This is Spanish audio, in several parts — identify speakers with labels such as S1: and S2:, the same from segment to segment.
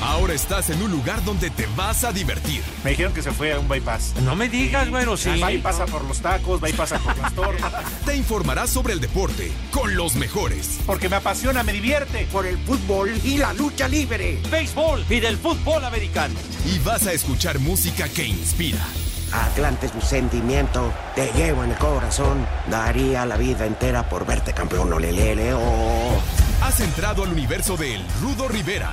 S1: Ahora estás en un lugar donde te vas a divertir.
S2: Me dijeron que se fue a un bypass.
S3: No me digas, bueno, sí.
S2: Va y pasa por los tacos, va y pasa por las tortas.
S1: Te informarás sobre el deporte con los mejores.
S2: Porque me apasiona, me divierte.
S4: por el fútbol y la lucha libre.
S3: Béisbol y del fútbol americano.
S1: Y vas a escuchar música que inspira.
S4: Atlante es un sentimiento, te llevo en el corazón. Daría la vida entera por verte campeón, olelele, oh.
S1: Has entrado al universo de El Rudo Rivera,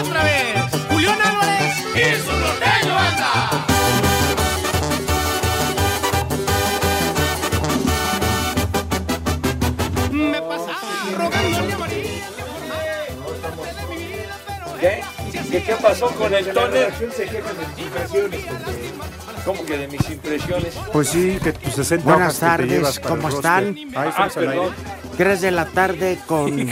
S5: Otra vez, Julián Álvarez y su norteño banda. Me pasaba rogándole a María que formara parte de mi vida, pero
S6: ¿Qué?
S5: ella
S6: ¿Qué, qué pasó con el tóner? ¿Cómo que de mis impresiones?
S2: Pues sí, que tus 60
S4: Buenas tardes, ¿cómo están?
S6: Ah, perdón.
S4: 3 de la tarde con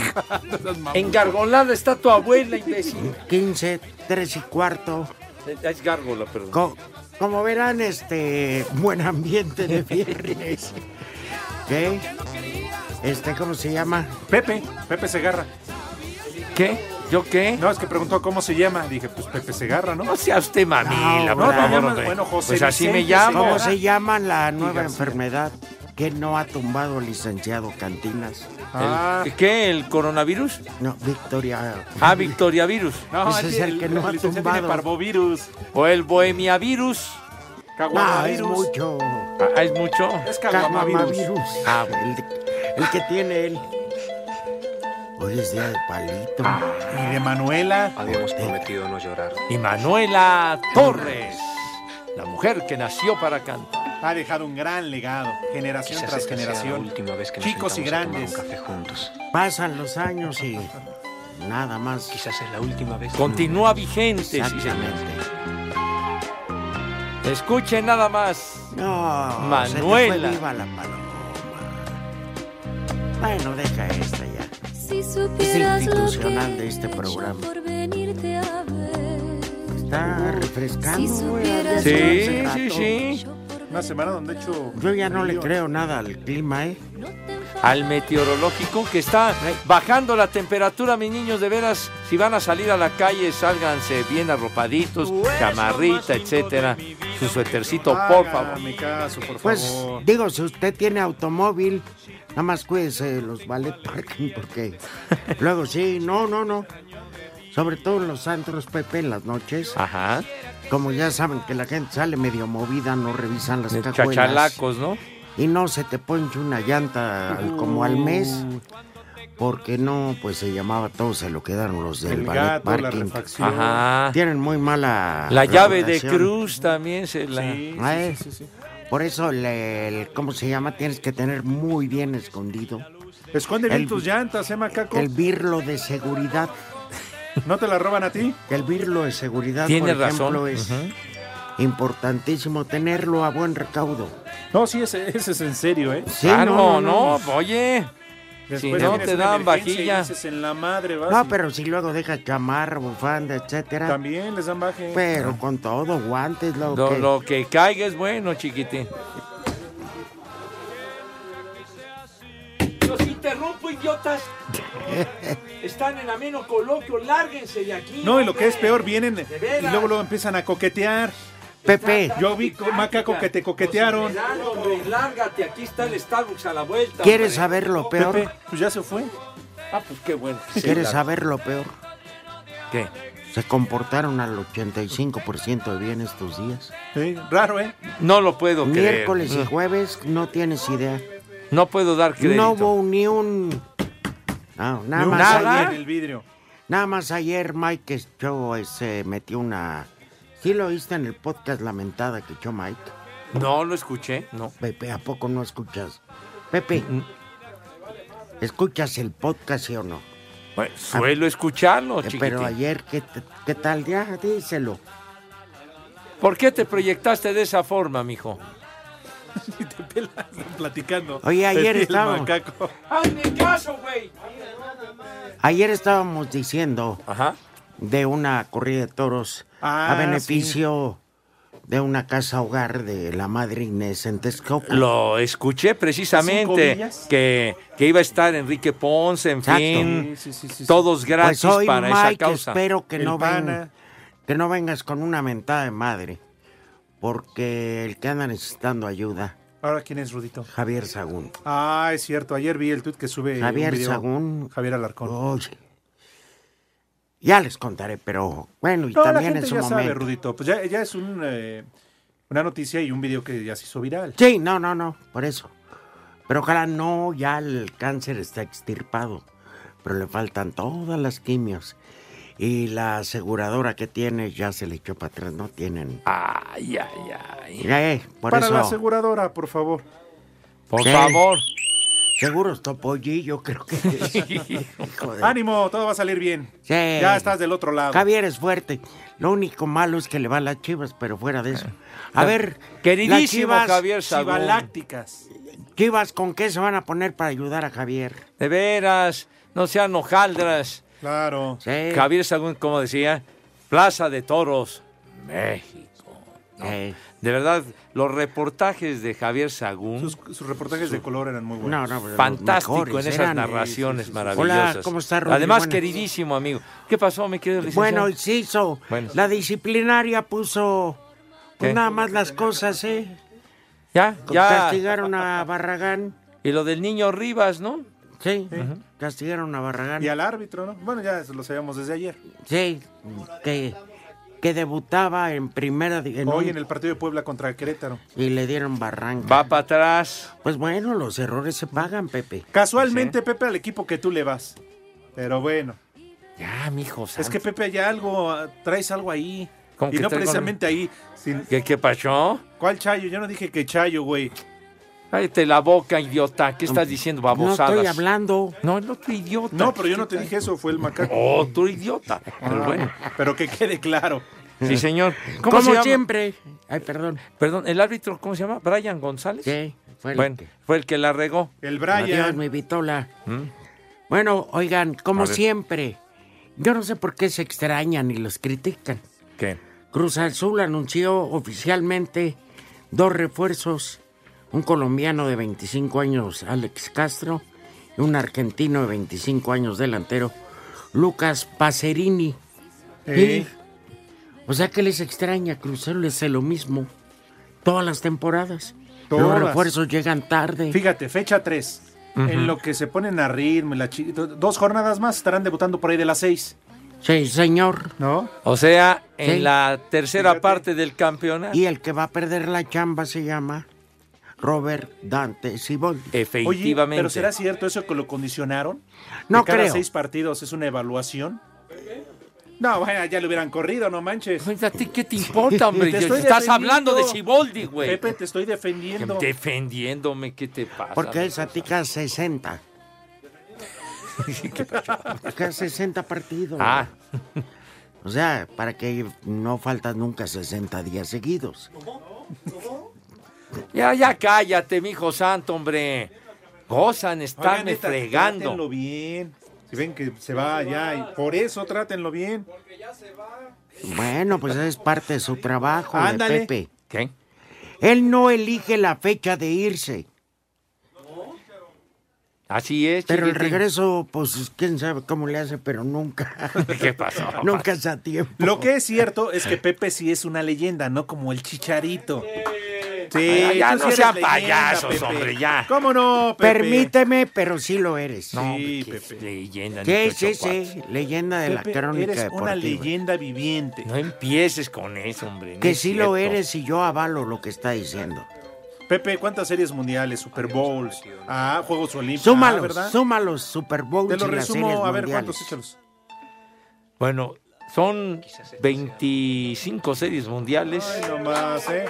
S6: Engargolada está tu abuela, imbécil.
S4: 15, 3 y cuarto.
S6: Es gárgola, perdón.
S4: Co- como verán, este buen ambiente de viernes. ¿Qué? Este, ¿cómo se llama?
S2: Pepe, Pepe Segarra.
S6: ¿Qué? ¿Yo qué?
S2: No, es que preguntó cómo se llama. Dije, pues Pepe Segarra, ¿no?
S6: No sea usted mamila,
S4: No,
S6: por
S4: no, te
S6: favor.
S2: llamas,
S6: hombre.
S2: bueno, José
S6: pues así me
S2: Vicente
S6: llamo.
S4: ¿Cómo
S2: Segarra.
S4: se llama la nueva
S2: García.
S4: enfermedad que no ha tumbado el licenciado Cantinas?
S2: Ah,
S6: ¿El- ¿Qué? ¿El coronavirus?
S4: No, Victoria.
S6: Ah, Victoria Virus.
S2: no,
S4: ese es el que no ha
S2: licenciado
S4: tumbado.
S2: tiene parvovirus,
S6: ¿O el Bohemia Virus?
S4: No, es
S2: caguamavirus.
S4: mucho.
S6: Ah, es mucho.
S2: Es caguamavirus.
S4: Caguamavirus.
S6: Ah,
S4: el, de- el que tiene él. Hoy es día de palito.
S2: Y de Manuela.
S7: Habíamos prometido no llorar.
S6: Y Manuela Torres, la mujer que nació para cantar.
S2: Ha dejado un gran legado, generación
S7: Quizás
S2: tras
S7: esta sea la
S2: generación.
S7: última vez que nos
S2: Chicos y
S7: sentamos a tomar
S2: grandes.
S7: un café juntos.
S4: Pasan los años y nada más.
S7: Quizás es la última vez. que
S6: Continúa vigente, sí, señor.
S4: Exactamente.
S6: Escuchen nada más.
S4: No,
S6: Manuela.
S4: se te fue viva la paloma. Bueno, deja esta ya.
S8: Si
S4: supieras
S8: supieras
S4: lo
S8: lo
S4: que
S8: que
S4: he hecho por
S8: por venirte a ver.
S4: Está refrescando. eh,
S8: Si
S4: güey, a
S8: supieras
S4: veces
S6: Sí,
S4: hace rato.
S6: sí, sí.
S2: Una semana donde he hecho.
S4: Yo ya no le creo nada al clima, ¿eh?
S6: Al meteorológico que está bajando la temperatura, mis niños, de veras, si van a salir a la calle, sálganse bien arropaditos, chamarrita, etcétera. Su suetercito, por favor.
S2: Hágame Ah, caso, por
S4: Pues
S2: favor.
S4: digo, si usted tiene automóvil, nada más cuídese de los ballet parking porque luego sí, no, no, no. Sobre todo en los antros, Pepe, en las noches.
S2: Ah.
S6: Ajá.
S4: Como ya saben que la gente sale medio movida, no revisan las cajuelas.
S6: Chachalacos, ¿no?
S4: Y no se te ponche una llanta al- como al mes. Porque no, pues se llamaba todo, se lo quedaron los del
S2: El
S4: ballet
S2: gato, la
S4: parking. Ah.
S2: refacción.
S6: Ajá.
S4: Tienen muy mala.
S6: La llave de
S4: reputación.
S6: cruz también se la.
S2: Sí,
S4: Ah,
S2: sí,
S4: ¿eh?
S2: sí, sí, sí.
S4: Por eso, el, el- ¿cómo se llama? Tienes que tener muy bien escondido
S2: Esconde bien
S4: El-
S2: tus llantas, ¿eh, macaco?
S4: el birlo de seguridad.
S2: ¿No te la roban a ti?
S4: El birlo de seguridad,
S6: Tiene
S4: por ejemplo,
S6: razón.
S4: es
S6: Ujú.
S4: importantísimo tenerlo a buen recaudo.
S2: No, sí, ese, ese es en serio, ¿eh?
S4: Sí,
S6: Claro, no, pues, oye. Si no,
S2: tienes
S6: te
S2: una
S6: dan
S2: emergencia y
S6: vajilla.
S2: dices, en la madre, vas
S4: No,
S2: y
S4: pero si luego deja chamarra, bufanda, etcétera.
S2: También les dan baje.
S4: Pero con todo, guantes, lo
S6: Lo,
S4: que...
S6: lo que caiga es bueno, chiquitín. Los interrumpo, idiotas. Están en ameno coloquio, lárguense de aquí.
S2: No, y lo que es peor, vienen
S6: veras.
S2: y luego, luego empiezan a coquetear.
S4: Pepe,
S2: Yo vi, co- macaco, que te coquetearon.
S6: lárgate, aquí está el Starbucks a la vuelta.
S4: ¿quieres saber lo peor?
S2: Pepe, pues ya se fue.
S6: Ah, pues qué bueno.
S4: ¿Quieres saber lo peor?
S6: ¿Qué?
S4: se comportaron al 85% de bien estos días.
S2: Sí, raro, ¿eh?
S6: No lo puedo creer.
S4: Miércoles y jueves, no tienes idea.
S6: No puedo dar crédito.
S4: No hubo ni un... No, nada
S2: Ni
S4: más
S2: un detalle
S4: ayer-
S2: En el vidrio.
S4: Nada más ayer Mike Cho eh, se metió una... ¿Sí lo oíste en el podcast lamentada que echó Mike?
S6: No lo escuché, no.
S4: Pepe, ¿a poco no escuchas? Pepe, ¿escuchas el podcast sí o no?
S6: Bueno, suelo escucharlo,
S4: Eh,
S6: chiquitín.
S4: pero ayer, ¿qué, t- qué tal? Ya, díselo.
S6: ¿Por qué te proyectaste de esa forma, mijo?
S2: Y te pelas platicando.
S4: Oye, ayer
S2: El
S4: estábamos.
S2: macaco.
S6: ¡Hazme caso, güey!
S4: Ayer estábamos diciendo
S6: Ajá.
S4: de una corrida de toros
S2: Ah,
S4: a beneficio de una casa hogar de la madre Inés en Texcoco.
S6: Lo escuché
S2: ¿Cinco
S6: precisamente
S2: millas?
S6: que, que iba a estar Enrique Ponce, en
S4: Exacto.
S6: fin,
S2: Sí, sí, sí, sí, sí.
S6: todos gratis
S4: pues hoy,
S6: para
S4: Mike,
S6: esa causa.
S4: espero que
S2: El
S4: no,
S2: pana.
S4: ven, que no vengas con una mentada de madre, porque el que anda necesitando ayuda,
S2: Ahora, ¿quién es Rudito?
S4: Javier Sagún.
S2: Ah, es cierto. Ayer vi el tuit que sube. un
S4: Javier
S2: video.
S4: Sagún.
S2: Javier Alarcón.
S4: Oye, ya les contaré, pero bueno, y
S2: No, la
S4: también
S2: gente
S4: en su
S2: ya
S4: momento.
S2: sabe, Rudito. Pues ya, ya es un, eh, una noticia y un video que ya se hizo viral.
S4: Sí, no, no, no, por eso. Pero ojalá no, ya el cáncer está extirpado. Pero le faltan todas las quimios. Y la aseguradora que tiene ya se le echó para atrás, no tienen.
S6: Ay, ay, ay.
S4: Mira, eh, por
S2: Para la
S4: eso,
S2: aseguradora, por favor.
S6: Por
S4: Sí.
S6: favor.
S4: seguros Topollillo, yo creo que. Hijo de-
S2: Ánimo, todo va a salir bien.
S4: Sí.
S2: Ya estás del otro lado.
S4: Javier es fuerte. Lo único malo es que le va a las chivas, pero fuera de eso. A ver, las
S6: Eh, Queridísimo
S4: chivas,
S6: Javier Sagún.
S2: Chivalácticas.
S4: chivas, ¿con qué se van a poner para ayudar a Javier?
S6: De veras, no sean hojaldras.
S2: Claro.
S4: Sí.
S6: Javier Sagún, como decía, Plaza de Toros, México.
S4: Sí.
S6: De verdad, los reportajes de Javier Sagún,
S2: Sus, sus reportajes de color eran muy
S4: No,
S2: buenos.
S4: no, pero los
S6: fantástico
S4: mejores
S6: en esas
S4: eran. eh,
S6: narraciones
S4: Sí, sí, sí, sí.
S6: maravillosas.
S4: Hola, ¿cómo está, Rodrigo?
S6: Además,
S4: Buenas-
S6: queridísimo amigo. ¿Qué pasó, mi querido licenciado?
S4: Bueno, se hizo.
S6: Bueno.
S4: La disciplinaria puso pues,
S6: ¿Qué?
S4: nada más las cosas, ¿eh?
S6: ya, ya.
S4: Castigaron a Barragán.
S6: Y lo del niño Rivas, ¿no?
S4: Sí, castigaron a Barragán.
S2: Y al árbitro, ¿no? Bueno, ya lo sabíamos desde ayer.
S4: Sí, que, que debutaba en primera. di- en
S2: Hoy
S4: un-
S2: en el partido de Puebla contra Querétaro.
S4: Y le dieron barranca.
S6: Va para atrás.
S4: Pues bueno, los errores se pagan, Pepe.
S2: Casualmente, Pepe, al equipo que tú le vas. Pero bueno,
S6: Ya, Ah, mijo.
S2: es
S6: santo.
S2: que Pepe, ya algo, ah, traes algo ahí.
S6: ¿Cómo
S2: Y
S6: que
S2: no
S6: traigo-
S2: precisamente ahí. sin-
S6: ¿Qué, qué pasó?
S2: ¿Cuál Chayo? Yo no dije que Chayo, güey.
S6: Cállate la boca, idiota. ¿Qué estás diciendo, babosadas?
S4: No estoy hablando.
S6: No, el otro idiota.
S2: No, pero yo no te dije eso, fue el macaco.
S6: Otro idiota. Pero Ah, bueno.
S2: Pero que quede claro.
S6: Sí, señor. ¿Cómo se
S4: Como
S6: llama?
S4: siempre. Ay, perdón.
S6: Perdón, el árbitro, ¿cómo se llama? ¿Brian González?
S4: Sí, fue el
S6: Bueno,
S4: que-
S6: fue el que la regó.
S2: El
S4: Adiós,
S2: Brian.
S4: mi vitola.
S2: ¿Mm?
S4: Bueno, oigan, como siempre, yo no sé por qué se extrañan y los critican.
S6: ¿Qué?
S4: Cruz Azul anunció oficialmente dos refuerzos, un colombiano de 25 años, Alex Castro, y un argentino de 25 años delantero, Lucas Pacerini.
S2: Eh,
S4: O sea que les extraña, Cruz Azul les hace lo mismo todas las temporadas.
S2: Todas.
S4: Los refuerzos llegan tarde.
S2: Fíjate, fecha 3. En lo que se ponen a ritmo, la chi- do- dos jornadas más estarán debutando por ahí de las 6,
S4: Sí, señor.
S2: ¿no?
S6: O sea, en
S4: Sí.
S6: la tercera
S2: Fíjate.
S6: parte del campeonato.
S4: Y el que va a perder la chamba se llama Robert Dante
S2: Eh,
S4: Siboldi.
S2: Oye,
S6: Efectivamente.
S2: pero ¿será cierto eso que lo condicionaron?
S4: No
S2: que cada
S4: creo.
S2: seis partidos es una evaluación. No, bueno, ya le hubieran corrido, no manches.
S6: Oye, Pues, ¿A ti qué te importa, hombre? Ya
S2: Te estoy
S6: Estás
S2: defendiendo.
S6: hablando de Siboldi, güey.
S2: Pepe, te estoy defendiendo.
S6: Defendiéndome, ¿qué te pasa?
S4: Porque él satica 60. Saca 60 partidos.
S6: Ah,
S4: O sea, para que no faltan nunca 60 días seguidos.
S6: ya, ya cállate, mijo santo, hombre. Gozan
S2: Oigan,
S6: estarme
S2: neta, Trátenlo
S6: fregando.
S2: bien. Si ven que se va allá, y por eso trátenlo bien.
S4: Bueno, pues es parte de su trabajo, de
S2: Ándale.
S4: Pepe.
S6: ¿Qué?
S4: Él no elige la fecha de irse.
S6: Así es,
S4: Pero el
S6: chiquitín.
S4: regreso, pues quién sabe cómo le hace, pero nunca.
S6: ¿Qué pasó?
S4: nunca es a tiempo.
S2: Lo que es cierto es que Pepe sí es una leyenda, no como el chicharito.
S4: Ah,
S2: Sí,
S6: ya
S2: tú
S6: no
S2: sí eres
S6: sean
S2: leyenda,
S6: payasos,
S2: Pepe.
S6: hombre, ya.
S2: ¿Cómo no, Pepe?
S4: Permíteme, pero sí lo eres.
S6: No,
S2: Sí,
S6: hombre, qué
S2: Pepe.
S6: leyenda.
S4: Sí,
S6: ni
S4: sí,
S6: qué
S4: sí,
S6: chocuates.
S4: leyenda de la
S2: Pepe,
S4: crónica
S2: eres
S4: deportiva.
S2: una leyenda viviente.
S6: No empieces con eso, hombre. no
S4: Que
S6: es
S4: sí lo
S6: cierto.
S4: eres y yo avalo lo que está diciendo.
S2: Pepe, ¿cuántas series mundiales? Super Bowls. Ah, Juegos Olímpicos.
S4: Súmalos,
S2: ¿verdad?
S4: súmalos, Super Bowl
S2: Te lo
S4: y las series
S2: resumo, a ver
S4: mundiales.
S2: cuántos échalos.
S6: Bueno, son 25 series mundiales.
S2: Ay, nomás, ¿eh?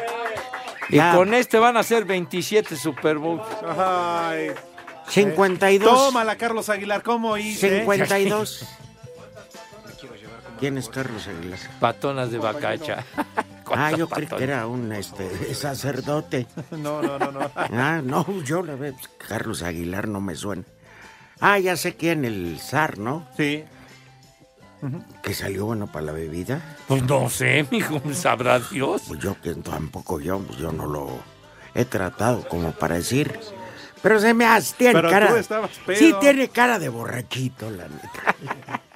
S6: Y
S4: Ya.
S6: con este van a ser 27 Super Bowl.
S2: Ay. Eh,
S4: 52.
S2: Tómala, Carlos Aguilar, ¿cómo hice?
S4: 52. ¿Quién es Carlos Aguilar?
S6: Patonas de bacacha.
S4: Ah,
S6: ¿Cuántas
S4: yo creí que
S6: patonas?
S4: era un este, sacerdote.
S2: No, no, no, no.
S4: Ah, no, yo la veo. Carlos Aguilar no me suena. Ah, ya sé quién, el zar, ¿no?
S2: Sí.
S4: Que salió bueno para la bebida.
S6: Pues no sé, mijo, sabrá Dios.
S4: Pues yo que tampoco yo, pues yo no lo he tratado como para decir. Pero se me hace, tiene
S2: Pero tú
S4: cara.
S2: estabas pedo.
S4: Sí, tiene cara de borraquito, la neta.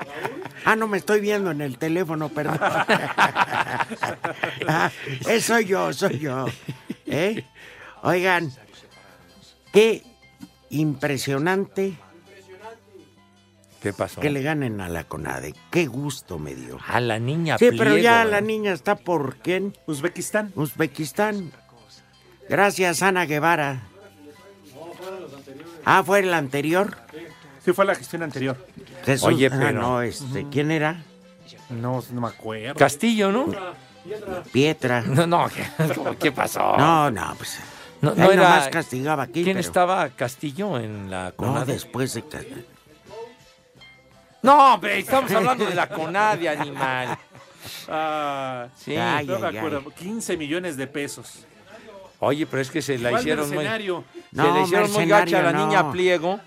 S4: Ah, no, me estoy viendo en el teléfono, perdón. Ah, eh, soy yo, soy yo. ¿Eh? Oigan, qué impresionante
S6: ¿Qué pasó?
S4: que le ganen a la CONADE. Qué gusto me dio.
S6: A la niña
S4: Sí, pero
S6: Pliego, ¿eh?
S4: ya
S6: ¿no?
S2: ¿eh?
S4: la niña está por quién?
S2: Uzbekistán.
S4: Uzbekistán. Gracias, Ana Guevara. Ah, fue el anterior.
S2: Sí, fue la gestión anterior.
S4: Jesús-
S6: Oye,
S4: ah,
S6: pero-
S4: no, este, ¿quién era?
S2: No, no me acuerdo.
S6: Castillo, ¿no?
S4: Pietra.
S6: No, no, ¿qué, cómo- qué pasó?
S4: No, no, pues.
S6: No,
S4: él nomás castigaba aquí,
S6: ¿Quién
S4: pero-
S6: estaba Castillo en la
S4: No,
S6: CONADE?
S4: después de que-
S6: No, hombre, estamos hablando de la CONADE, animal.
S2: Ah,
S6: Sí.
S4: Ay,
S2: no me
S4: ay,
S2: acuerdo.
S4: ay.
S2: 15 millones de pesos.
S6: Oye, pero es que se la
S2: ¿Cuál
S6: hicieron muy, se
S2: mercenario?
S4: No,
S6: le hicieron muy gacha a la
S4: mercenario,
S6: niña
S4: no.
S6: Pliego.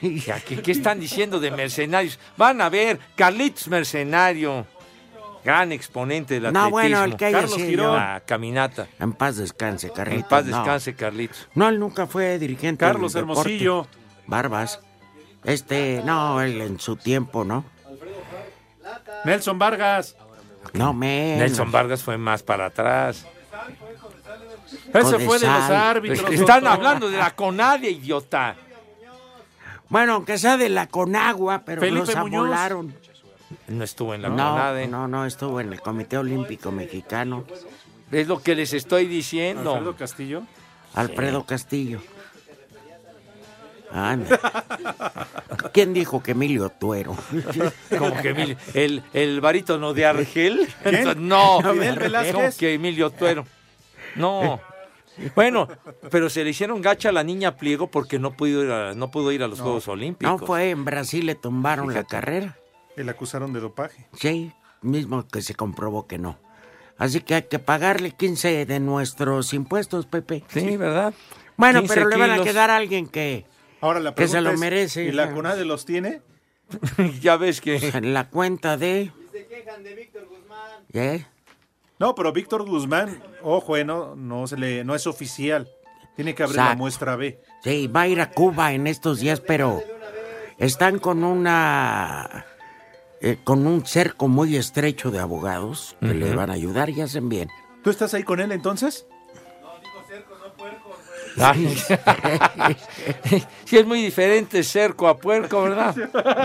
S6: Ya, ¿Qué, ¿Qué están diciendo de mercenarios? Van a ver, Carlitos Mercenario, gran exponente del
S4: No,
S6: atletismo.
S4: bueno, el que haya
S2: Carlos
S4: sido.
S2: Girón.
S6: La caminata.
S4: En paz descanse, Carlitos.
S6: En paz
S4: no.
S6: descanse, Carlitos.
S4: No, él nunca fue dirigente.
S2: Carlos
S4: del deporte.
S2: Hermosillo.
S4: Barbas. Este, no, él en su tiempo, ¿no?
S2: Nelson Vargas.
S4: No, me.
S6: Nelson Vargas fue más para atrás.
S2: Ese fue de los
S4: Codesal.
S6: Pues,
S2: árbitros.
S6: están
S2: doctor.
S6: hablando de la CONADE, idiota.
S4: Bueno, aunque sea de la Conagua, pero
S2: Felipe
S4: los
S2: Muñoz.
S4: amolaron.
S6: No estuvo en la
S4: No,
S6: CONADE.
S4: no, no, estuvo en el Comité Olímpico Mexicano.
S6: Es lo que les estoy diciendo.
S2: Alfredo Castillo.
S4: Alfredo Castillo. Anda. ¿Quién dijo que Emilio Tuero?
S6: Como que Emilio- el, el barítono de Argel. Entonces, No,
S2: Fidel Velázquez.
S6: Como que Emilio Tuero. No. Bueno, pero se le hicieron gacha a la niña Pliego porque no pudo ir a, no pudo ir a los Juegos Olímpicos.
S4: No fue en Brasil, le tumbaron la carrera.
S2: El acusaron de dopaje.
S4: Sí, mismo que se comprobó que no. Así que hay que pagarle 15 de nuestros impuestos, Pepe.
S6: Sí, ¿verdad?
S4: Bueno,
S6: 15
S4: pero le van a
S6: kilos.
S4: quedar a alguien que
S2: Ahora la
S4: Que
S2: pregunta
S4: se lo
S2: es,
S4: merece.
S2: ¿Y la CONADE los tiene?
S6: ya ves que.
S4: en la cuenta de... ¿Eh?
S2: No, pero Víctor Guzmán, ojo, eh, no, no, se le, no es oficial. Tiene que abrir la
S4: Exacto.
S2: muestra B.
S4: Sí, va a ir a Cuba en estos días, pero están con una... eh, con un cerco muy estrecho de abogados que le van a ayudar y hacen bien.
S2: ¿Tú estás ahí con él entonces?
S6: Ay. sí, es muy diferente cerco a puerco, ¿verdad?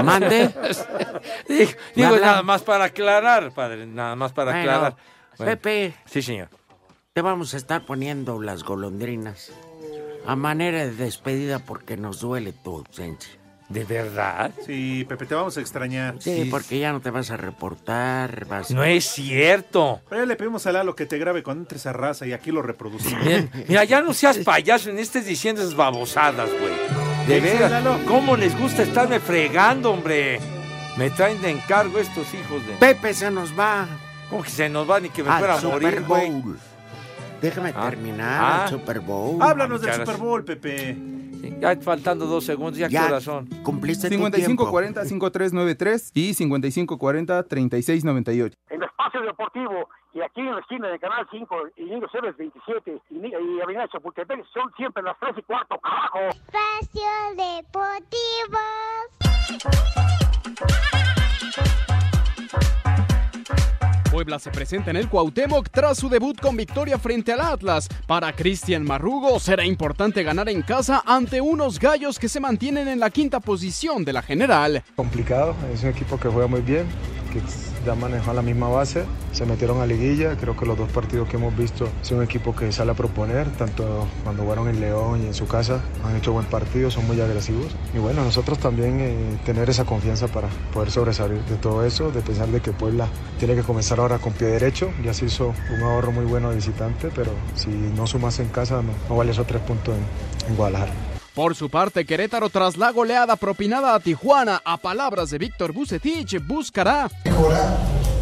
S4: Mande.
S6: Digo, digo,
S4: hablan.
S6: nada más para aclarar, padre, nada más para
S4: Bueno,
S6: aclarar. Bueno,
S4: Pepe,
S6: Sí, señor.
S4: te vamos a estar poniendo las golondrinas a manera de despedida porque nos duele tu ausencia.
S6: ¿De verdad?
S2: Sí, Pepe, te vamos a extrañar.
S4: Sí, porque ya no te vas a reportar, vas...
S6: No es cierto.
S2: Pero ya le pedimos a Lalo que te grabe cuando entres a raza y aquí lo reproducimos.
S6: Mira, mira, ya no seas payaso, en estés diciendo esas babosadas, güey. De
S2: ¿Qué dices,
S6: veras,
S2: Lalo?
S6: ¿cómo les gusta estarme fregando, hombre? Me traen de encargo estos hijos de...
S4: Pepe se nos va
S6: ¿Cómo que se nos van y que me fuera
S4: al
S6: a
S4: Super
S6: morir, güey?
S4: Bowl. Déjame
S6: Ah,
S4: terminar
S6: ah.
S4: al Super Bowl.
S2: Háblanos del
S6: Muchas
S2: Super
S6: gracias.
S2: Bowl, Pepe.
S6: Sí, Ya faltando dos segundos, ya,
S4: Ya
S6: corazón.
S4: cumpliste tu tiempo.
S9: 5540-5393 y 5540-3698.
S10: en el espacio deportivo y aquí en la esquina de Canal 5 y Niño Ceres 27 y, Ni- y Avenida Chapultepec son siempre las 3 y cuarto, carajo.
S8: Espacio Deportivo.
S11: Puebla se presenta en el Cuauhtémoc tras su debut con victoria frente al Atlas. Para Cristian Marrugo será importante ganar en casa ante unos gallos que se mantienen en la quinta posición de la general.
S12: Complicado, es un equipo que juega muy bien, que ya maneja la misma base, se metieron a liguilla, creo que los dos partidos que hemos visto es un equipo que sale a proponer, tanto cuando jugaron en León y en su casa, han hecho buen partido, son muy agresivos y bueno, nosotros también eh, tener esa confianza para poder sobresalir de todo eso, de pensar de que Puebla tiene que comenzar ahora con pie derecho, ya se hizo un ahorro muy bueno de visitante, pero si no sumas en casa no, no vale esos tres puntos en- en Guadalajara.
S11: Por su parte, Querétaro, tras la goleada propinada a Tijuana, a palabras de Víctor Bucetich, buscará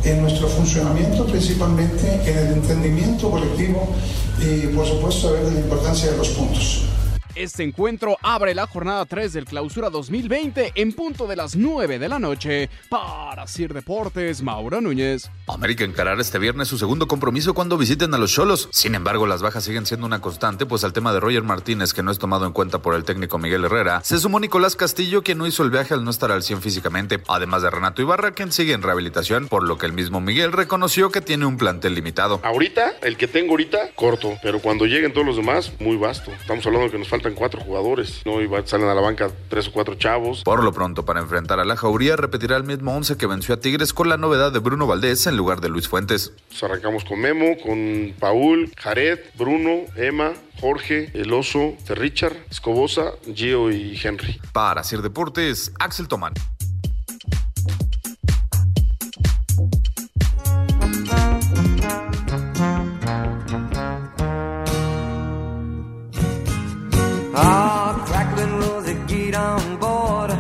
S13: en nuestro funcionamiento, principalmente en el entendimiento colectivo y, por supuesto, saber de la importancia de los puntos.
S11: Este encuentro abre la jornada 3 del Clausura 2020 en punto de las 9 de la noche. Para Sir Deportes, Mauro Núñez.
S14: América encarará este viernes su segundo compromiso cuando visiten a los Cholos. Sin embargo, las bajas siguen siendo una constante, pues al tema de Roger Martínez, que no es tomado en cuenta por el técnico Miguel Herrera, se sumó Nicolás Castillo, quien no hizo el viaje al no estar al 100 físicamente, además de Renato Ibarra, quien sigue en rehabilitación, por lo que el mismo Miguel reconoció que tiene un plantel limitado.
S15: Ahorita, el que tengo ahorita, corto, pero cuando lleguen todos los demás, muy vasto. Estamos hablando de que nos faltan cuatro jugadores, ¿no? Y va- salen a la banca tres o cuatro chavos.
S14: Por lo pronto, para enfrentar a la Jauría, repetirá el mismo 11 que venció a Tigres con la novedad de Bruno Valdés en lugar de Luis Fuentes.
S15: Pues arrancamos con Memo, con Paul, Jared, Bruno, Emma, Jorge, El Oso, Richard, Escobosa, Gio y Henry.
S14: Para Sir Deportes, Axel Tomán.
S5: Ah, crackling rosy, get on board.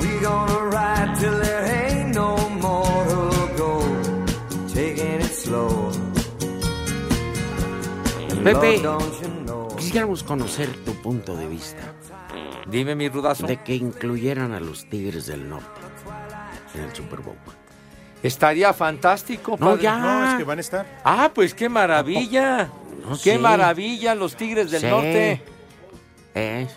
S5: We gonna ride till there ain't no more to go. Taking it slow.
S4: Pepe,
S5: Lord, don't you know?
S4: quisiéramos conocer tu punto de vista.
S6: Dime mi rudazo.
S4: De que incluyeran a los Tigres del Norte en el Super Bowl.
S6: Estaría fantástico.
S4: No,
S6: padre.
S4: ya. No, es que
S2: van a estar.
S6: Ah, pues qué maravilla.
S4: No
S6: qué
S4: sé.
S6: maravilla los Tigres del
S4: Sí.
S6: Norte.
S4: Eh,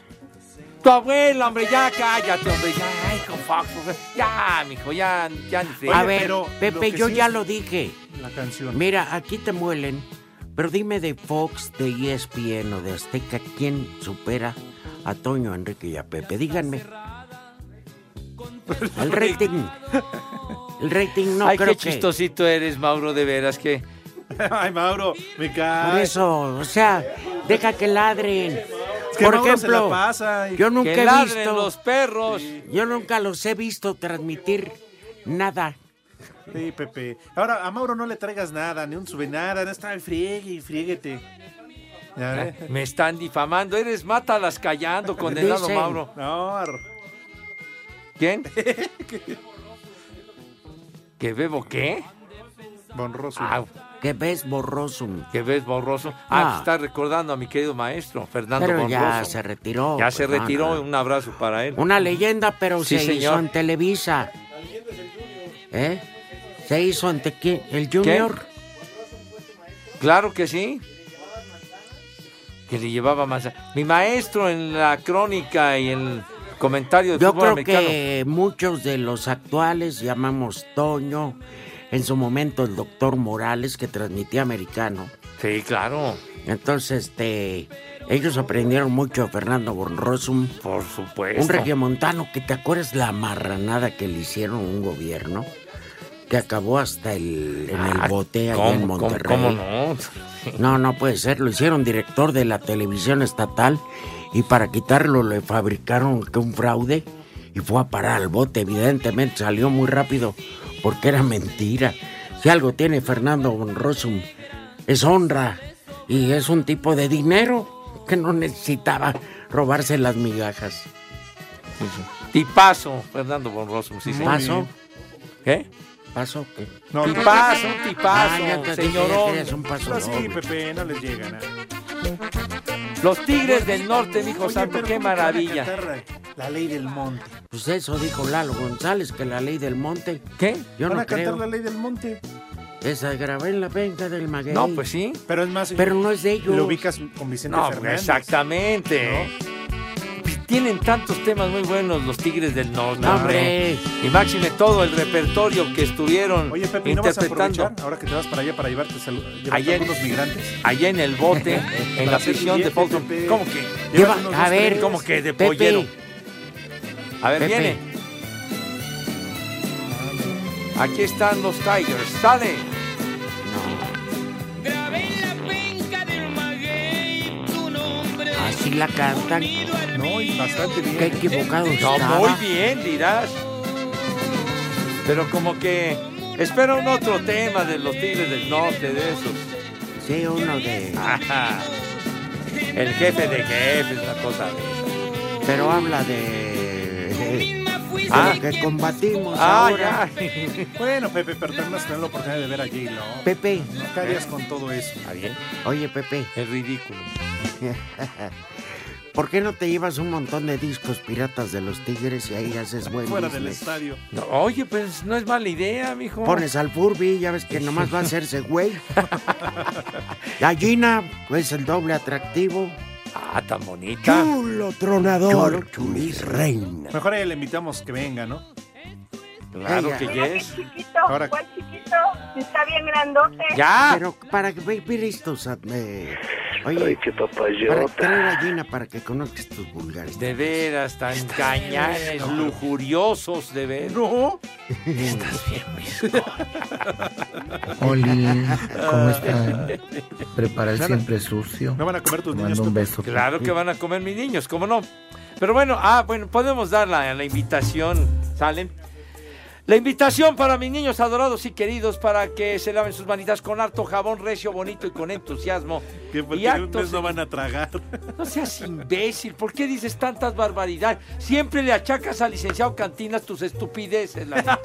S6: Tu abuela, hombre, ya cállate, hombre. Ya, ay, con Fox, hombre. ya, mijo, ya, ya. ni te-
S4: a ver, Pepe, yo ya lo dije.
S2: La canción.
S4: Mira, aquí te muelen, pero dime de Fox, de E ESPN o de Azteca, ¿quién supera a Toño, Enrique y a Pepe? Díganme. El rating. El rating no
S6: Ay,
S4: creo
S6: qué chistosito eres, Mauro, de veras que.
S2: Ay, Mauro, me cae.
S4: Por eso, o sea, deja que ladren.
S2: Es que
S4: Por
S2: Mauro se la
S4: ejemplo,
S2: pasa y-
S4: yo nunca
S2: Que
S4: he
S2: ladren
S4: visto
S2: los
S6: perros.
S4: Yo nunca los he visto transmitir nada.
S2: Sí, Pepe. Ahora, a Mauro no le traigas nada, ni un subenada, no está, friegue y friéguete. Ya ve.
S6: Me están difamando. Eres mátalas callando, condenado
S2: Dicen.
S6: Mauro.
S2: No, arro.
S6: ¿Quién? ¿Que bebo qué?
S2: Bonroso.
S4: Ah, que ves borroso.
S6: Que ves borroso. Ah,
S4: Ah.
S6: pues está recordando a mi querido maestro, Fernando
S4: Pero
S6: Bonroso.
S4: ya se retiró.
S6: Ya se
S4: pues, no,
S6: retiró.
S4: no.
S6: Un abrazo para él.
S4: Una leyenda, pero
S6: Sí,
S4: se hizo
S6: señor.
S4: en Televisa. ¿Eh? Se hizo ante quién? El Junior.
S6: Claro que sí. Que le llevaba más. Mi maestro en la crónica y el comentario de
S4: Yo
S6: fútbol
S4: creo
S6: americano.
S4: que muchos de los actuales llamamos Toño, en su momento el doctor Morales que transmitía americano.
S6: Sí, claro.
S4: Entonces, este, ellos aprendieron mucho de Fernando Bonrosum.
S6: Por supuesto.
S4: Un regiomontano que te acuerdas la marranada que le hicieron a un gobierno que acabó hasta el, en el bote allá en
S6: Ah, ¿Cómo- cómo-
S4: Monterrey.
S6: cómo no?
S4: No, no puede ser. Lo hicieron director de la televisión estatal y para quitarlo le fabricaron que un fraude y fue a parar al bote. Evidentemente salió muy rápido porque era mentira. Si algo tiene Fernando Bonrosum es honra y es un tipo de dinero que no necesitaba robarse las migajas.
S6: Tipazo, Fernando Bonroso. Sí, señor.
S4: ¿Paso?
S6: ¿Qué?
S4: ¿Paso qué?
S6: No, tipazo, un tipazo,
S4: Ah, ya te dije,
S6: señorón.
S4: que eres un paso
S2: Así,
S4: doble.
S2: Pepe, no les llega nada.
S6: Los Tigres del Norte,
S4: Oh,
S6: mijo santo, qué maravilla.
S2: La ley del monte.
S4: Pues eso dijo Lalo González, que la ley del monte.
S6: ¿Qué?
S4: Yo
S2: Van
S4: no
S2: a cantar
S4: creo.
S2: la ley del monte.
S4: Esa grabé en la venta del maguey.
S6: No, pues sí.
S2: Pero es más.
S4: Pero no es de ellos.
S2: Lo ubicas con Vicente
S6: No, pues,
S2: Fernández.
S6: exactamente. Tienen tantos temas muy buenos los Tigres del Norte.
S4: No,
S6: hombre. Y máxime todo el repertorio que estuvieron
S2: Oye, Pepe, ¿y ¿no vas a
S6: interpretando.
S2: aprovechar ahora que te vas para allá para llevarte sal- llevarte
S6: Allá en,
S2: algunos migrantes?
S6: allá en el bote, en
S2: Para
S6: la
S2: hacer
S6: prisión de
S2: billetes,
S6: Fulton.
S2: Pepe.
S6: ¿Cómo que?
S4: Lleva-
S6: Llévanos
S4: a
S6: los
S4: ver,
S6: tres. ¿Cómo que de
S4: Pepe.
S6: pollero? A ver,
S4: Pepe.
S6: viene. Aquí están los Tigers. Sale.
S4: Así la cantan.
S2: No, y bastante bien.
S4: Qué equivocado
S6: No,
S4: estaba.
S6: muy bien, dirás. Pero como que espera un otro tema de los Tigres del Norte, de esos.
S4: Sí, uno de...
S6: Ajá. El jefe de jefes, la cosa de
S4: Pero habla de... de- de
S6: Ah.
S4: lo que combatimos
S6: Ah,
S4: ahora.
S2: ya. bueno, Pepe, pero tenemos que tener la oportunidad de ver a J-Lo.
S4: Pepe.
S2: ¿Qué
S16: ¿Eh?
S2: harías con todo eso?
S4: Oye, Pepe.
S6: Es ridículo.
S4: ¿Por qué no te llevas un montón de discos piratas de los Tigres y ahí haces buen
S2: Fuera del
S4: business?
S2: estadio.
S6: No, oye, pues no es mala idea, mijo.
S4: Pones al Furby, ya ves que nomás va a hacerse güey. La Gina es el doble atractivo.
S6: Ah, tan bonita.
S4: Chulo tronador, mi reina.
S2: Mejor a ella le invitamos que venga, ¿no?
S6: Claro
S4: Ella.
S6: que yes.
S17: chiquito,
S2: Ahora-
S17: ¿cuál chiquito? Está bien grandote.
S4: Pero para que ve- ver esto, Sad, me- Oye, para
S6: papayota.
S4: traer a Gina para que conozcas tus vulgares.
S6: De veras, tan cañanes, lujuriosos, de veras.
S2: No.
S6: Estás bien,
S16: Oli, ¿cómo están? Prepara el siempre sucio.
S2: No van a comer tus
S16: niños. Mando un beso.
S6: Claro que van a comer mis niños, ¿cómo no? Pero bueno, ah, bueno, podemos dar la, la invitación, ¿salen? La invitación para mis niños adorados y queridos para que se laven sus manitas con harto jabón recio, bonito y con entusiasmo.
S2: Que porque
S6: Y
S2: en un
S6: actos-
S2: mes no van a tragar.
S6: No seas imbécil, ¿por qué dices tantas barbaridades? Siempre le achacas al licenciado Cantinas tus estupideces, la neta.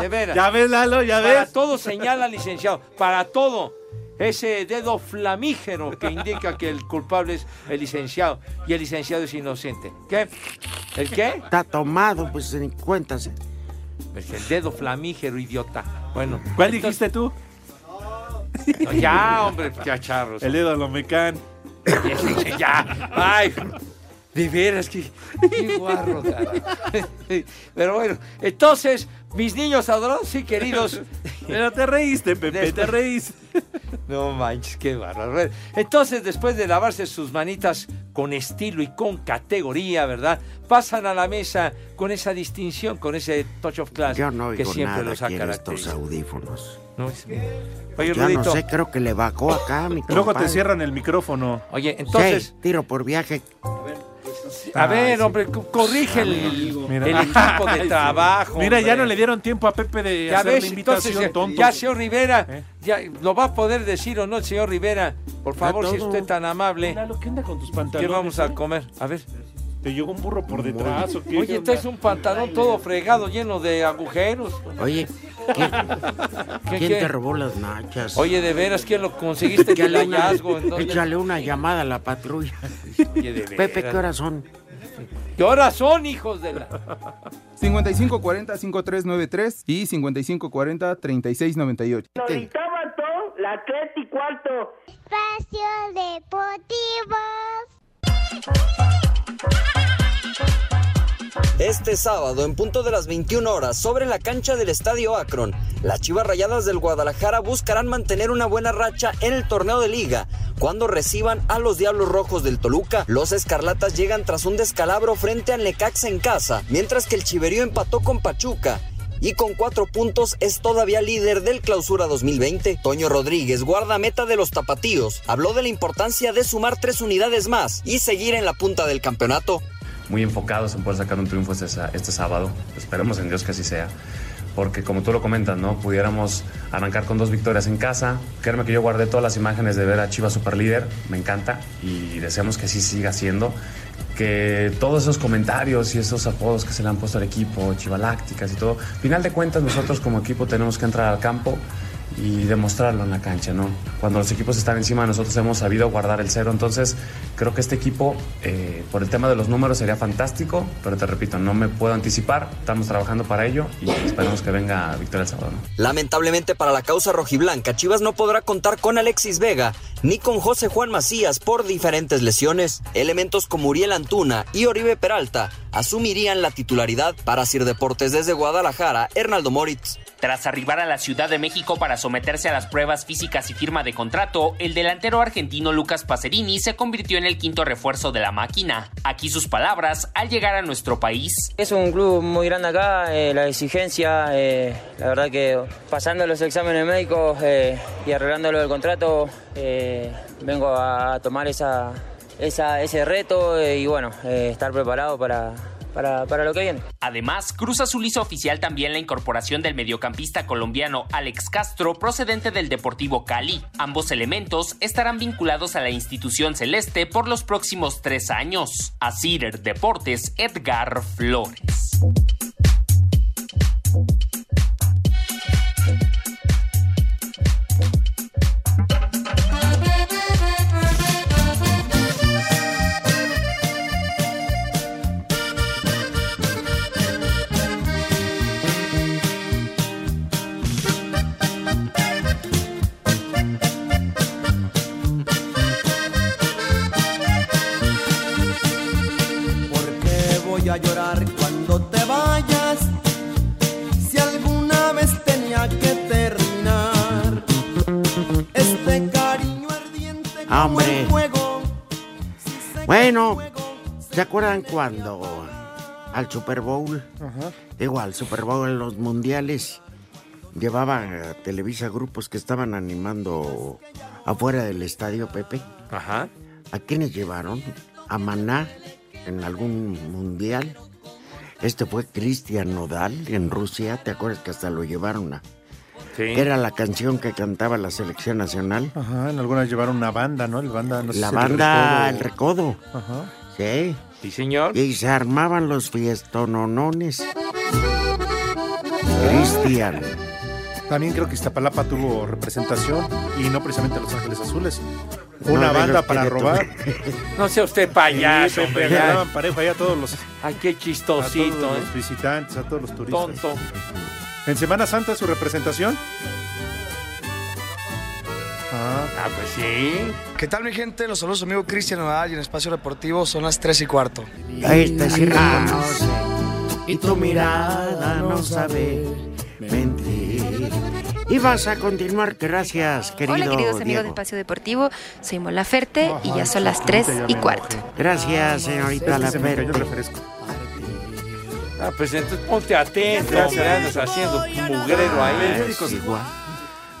S6: De veras.
S2: Ya ves, Lalo, ya
S6: Para
S2: ves.
S6: todo señala al licenciado, para todo. Ese dedo flamígero que indica que el culpable es el licenciado y el licenciado es inocente. ¿Qué? ¿El qué?
S4: Está tomado, pues en cuentas.
S6: Pues el dedo flamígero, idiota. Bueno.
S2: ¿Cuál dijiste tú?
S6: pues, No, ya, hombre, cacharros.
S2: El dedo a lo mecán.
S6: ya. Ay, de veras que. Qué guarro, cara. Pero bueno, entonces, mis niños adorados y queridos.
S2: Pero te reíste, Pepe, te
S6: Después-
S2: reíste.
S6: No manches, qué bárbaro. Entonces, después de lavarse sus manitas con estilo y con categoría, ¿verdad? Pasan a la mesa con esa distinción, con ese touch of class
S4: Yo no
S6: que
S4: oigo
S6: siempre
S4: nada
S6: los ha
S4: aquí en estos
S6: caracterizado.
S4: audífonos.
S6: No, es- Oye,
S4: ya no
S6: Rudito.
S4: sé, creo que le bajó acá, mi
S2: Luego te
S4: compadre.
S2: cierran el micrófono.
S6: Oye, entonces,
S4: Sí, tiro por viaje.
S6: a
S4: Ay,
S6: ver,
S4: sí.
S6: hombre, co- corrige el,
S2: Mira.
S6: el equipo de trabajo.
S2: Mira, ya
S6: hombre.
S2: no le dieron tiempo a Pepe de
S6: Ya
S2: hacer
S6: ves,
S2: la
S6: entonces,
S2: invitación,
S6: ya-
S2: tonto. ¿Eh?
S6: ya, señor Rivera, ya, ¿lo va a poder decir o no, señor Rivera? Por favor, si es
S2: todo.
S6: usted tan amable,
S2: Lalo, ¿qué onda con tus pantalones?
S6: ¿qué vamos a comer? A ver.
S2: ¿Te llegó un burro por detrás o qué?
S6: Oye, traes un pantalón todo fregado, lleno de agujeros.
S4: Oye,
S6: ¿Qué,
S4: ¿quién
S6: qué?
S4: te robó las nachas?
S6: Oye, de veras, ¿quién lo conseguiste que el
S4: Échale una-
S6: hallazgo? Entonces,
S4: échale una llamada a la patrulla.
S6: oye, de
S4: Pepe,
S6: veras.
S4: ¿qué horas son?
S6: ¿Qué horas son, hijos de la...?
S9: 5540-5393 y 5540-3698.
S8: la tres y cuarto. Espacio Deportivo.
S18: Este sábado, en punto de las 21 horas, sobre la cancha del Estadio Akron, las Chivas Rayadas del Guadalajara buscarán mantener una buena racha en el torneo de liga. Cuando reciban a los Diablos Rojos del Toluca, los Escarlatas llegan tras un descalabro frente al Necaxa en casa, mientras que el Chiverío empató con Pachuca. Y con cuatro puntos es todavía líder del clausura 2020. Toño Rodríguez, guardameta de los tapatíos, habló de la importancia de sumar tres unidades más y seguir en la punta del campeonato.
S19: muy enfocados en poder sacar un triunfo este, sa- este sábado. Esperemos en Dios que así sea. Porque como tú lo comentas, ¿no? Pudiéramos arrancar con dos victorias en casa. Créeme que yo guardé todas las imágenes de ver a Chivas Superlíder. Me encanta y deseamos que así siga siendo. Que todos esos comentarios y esos apodos que se le han puesto al equipo, Chivalácticas y todo, final de cuentas nosotros como equipo tenemos que entrar al campo y demostrarlo en la cancha, ¿no? Cuando los equipos están encima, nosotros hemos sabido guardar el cero, entonces creo que este equipo, eh, por el tema de los números, sería fantástico, pero te repito, no me puedo anticipar, estamos trabajando para ello y esperemos que venga victoria el sábado, ¿no?
S18: Lamentablemente para la causa rojiblanca, Chivas no podrá contar con Alexis Vega ni con José Juan Macías por diferentes lesiones. Elementos como Uriel Antuna y Oribe Peralta asumirían la titularidad para Sir Deportes desde Guadalajara, Hernaldo Moritz.
S20: Tras arribar a la Ciudad de México para someterse a las pruebas físicas y firma de contrato, el delantero argentino Lucas Pacerini se convirtió en el quinto refuerzo de la máquina. Aquí sus palabras al llegar a nuestro país.
S21: Es un club muy grande acá, eh, la exigencia, eh, la verdad que pasando los exámenes médicos eh, y arreglándolo del contrato, eh, vengo a tomar esa, esa- ese reto eh, y bueno, eh, estar preparado para, para, para lo que viene.
S20: Además, Cruz Azul hizo oficial también la incorporación del mediocampista colombiano Alex Castro procedente del Deportivo Cali. Ambos elementos estarán vinculados a la institución celeste por los próximos tres años. A Cider Deportes, Edgar Flores.
S22: que voy a llorar cuando te vayas. Si alguna vez tenía que terminar este cariño
S4: Ah,
S22: como el
S4: hombre.
S22: fuego.
S4: Bueno, ¿se acuerdan cuando al Super Bowl, digo al Super Bowl en los mundiales, llevaba a Televisa grupos que estaban animando afuera del estadio Pepe? Ajá. ¿A quiénes llevaron? A Maná en algún mundial. Este fue Cristian Nodal en Rusia, ¿te acuerdas que hasta lo llevaron a? que Era la canción que cantaba la selección nacional.
S2: Ajá, en algunas llevaron una banda, ¿no? El banda, Ah, no sé
S4: La
S2: si
S4: banda El
S2: Recodo.
S4: Recodo.
S2: Ajá.
S4: Sí. Sí, señor. Y se armaban los fiestononones. Cristian.
S2: También creo que Iztapalapa tuvo representación y no precisamente Los Ángeles Azules.
S4: No,
S2: Una
S4: de
S2: banda
S4: los
S2: para
S4: que
S2: robar.
S6: No sea usted payaso,
S2: Sí,
S6: hombre.
S2: Pepe, agarraban parejo allá a todos los.
S6: Ay, qué
S2: A
S6: chistosito,
S2: todos
S6: ¿eh?
S2: los visitantes, a todos los turistas.
S6: Tonto.
S2: ¿En Semana Santa su representación?
S23: Ah, pues sí. ¿Qué tal, mi gente? Los saludos, amigo Cristian Nadal y en Espacio Deportivo son las 3 y cuarto.
S4: Ahí está, sí
S2: Ah,
S4: reconoce. Y tu mirada no sabe mentir. Y vas a continuar, gracias, querido.
S24: Hola, queridos amigos de
S4: Diego.
S24: Espacio Deportivo. Soy Mola Ferte y ya son las 3 y cuarto.
S4: Gracias,
S24: Este
S4: señorita La
S6: Ah, pues entonces ponte atento.
S4: Gracias.
S6: hombre, andas haciendo un mugrero
S4: Ah,
S6: ahí.
S4: es igual.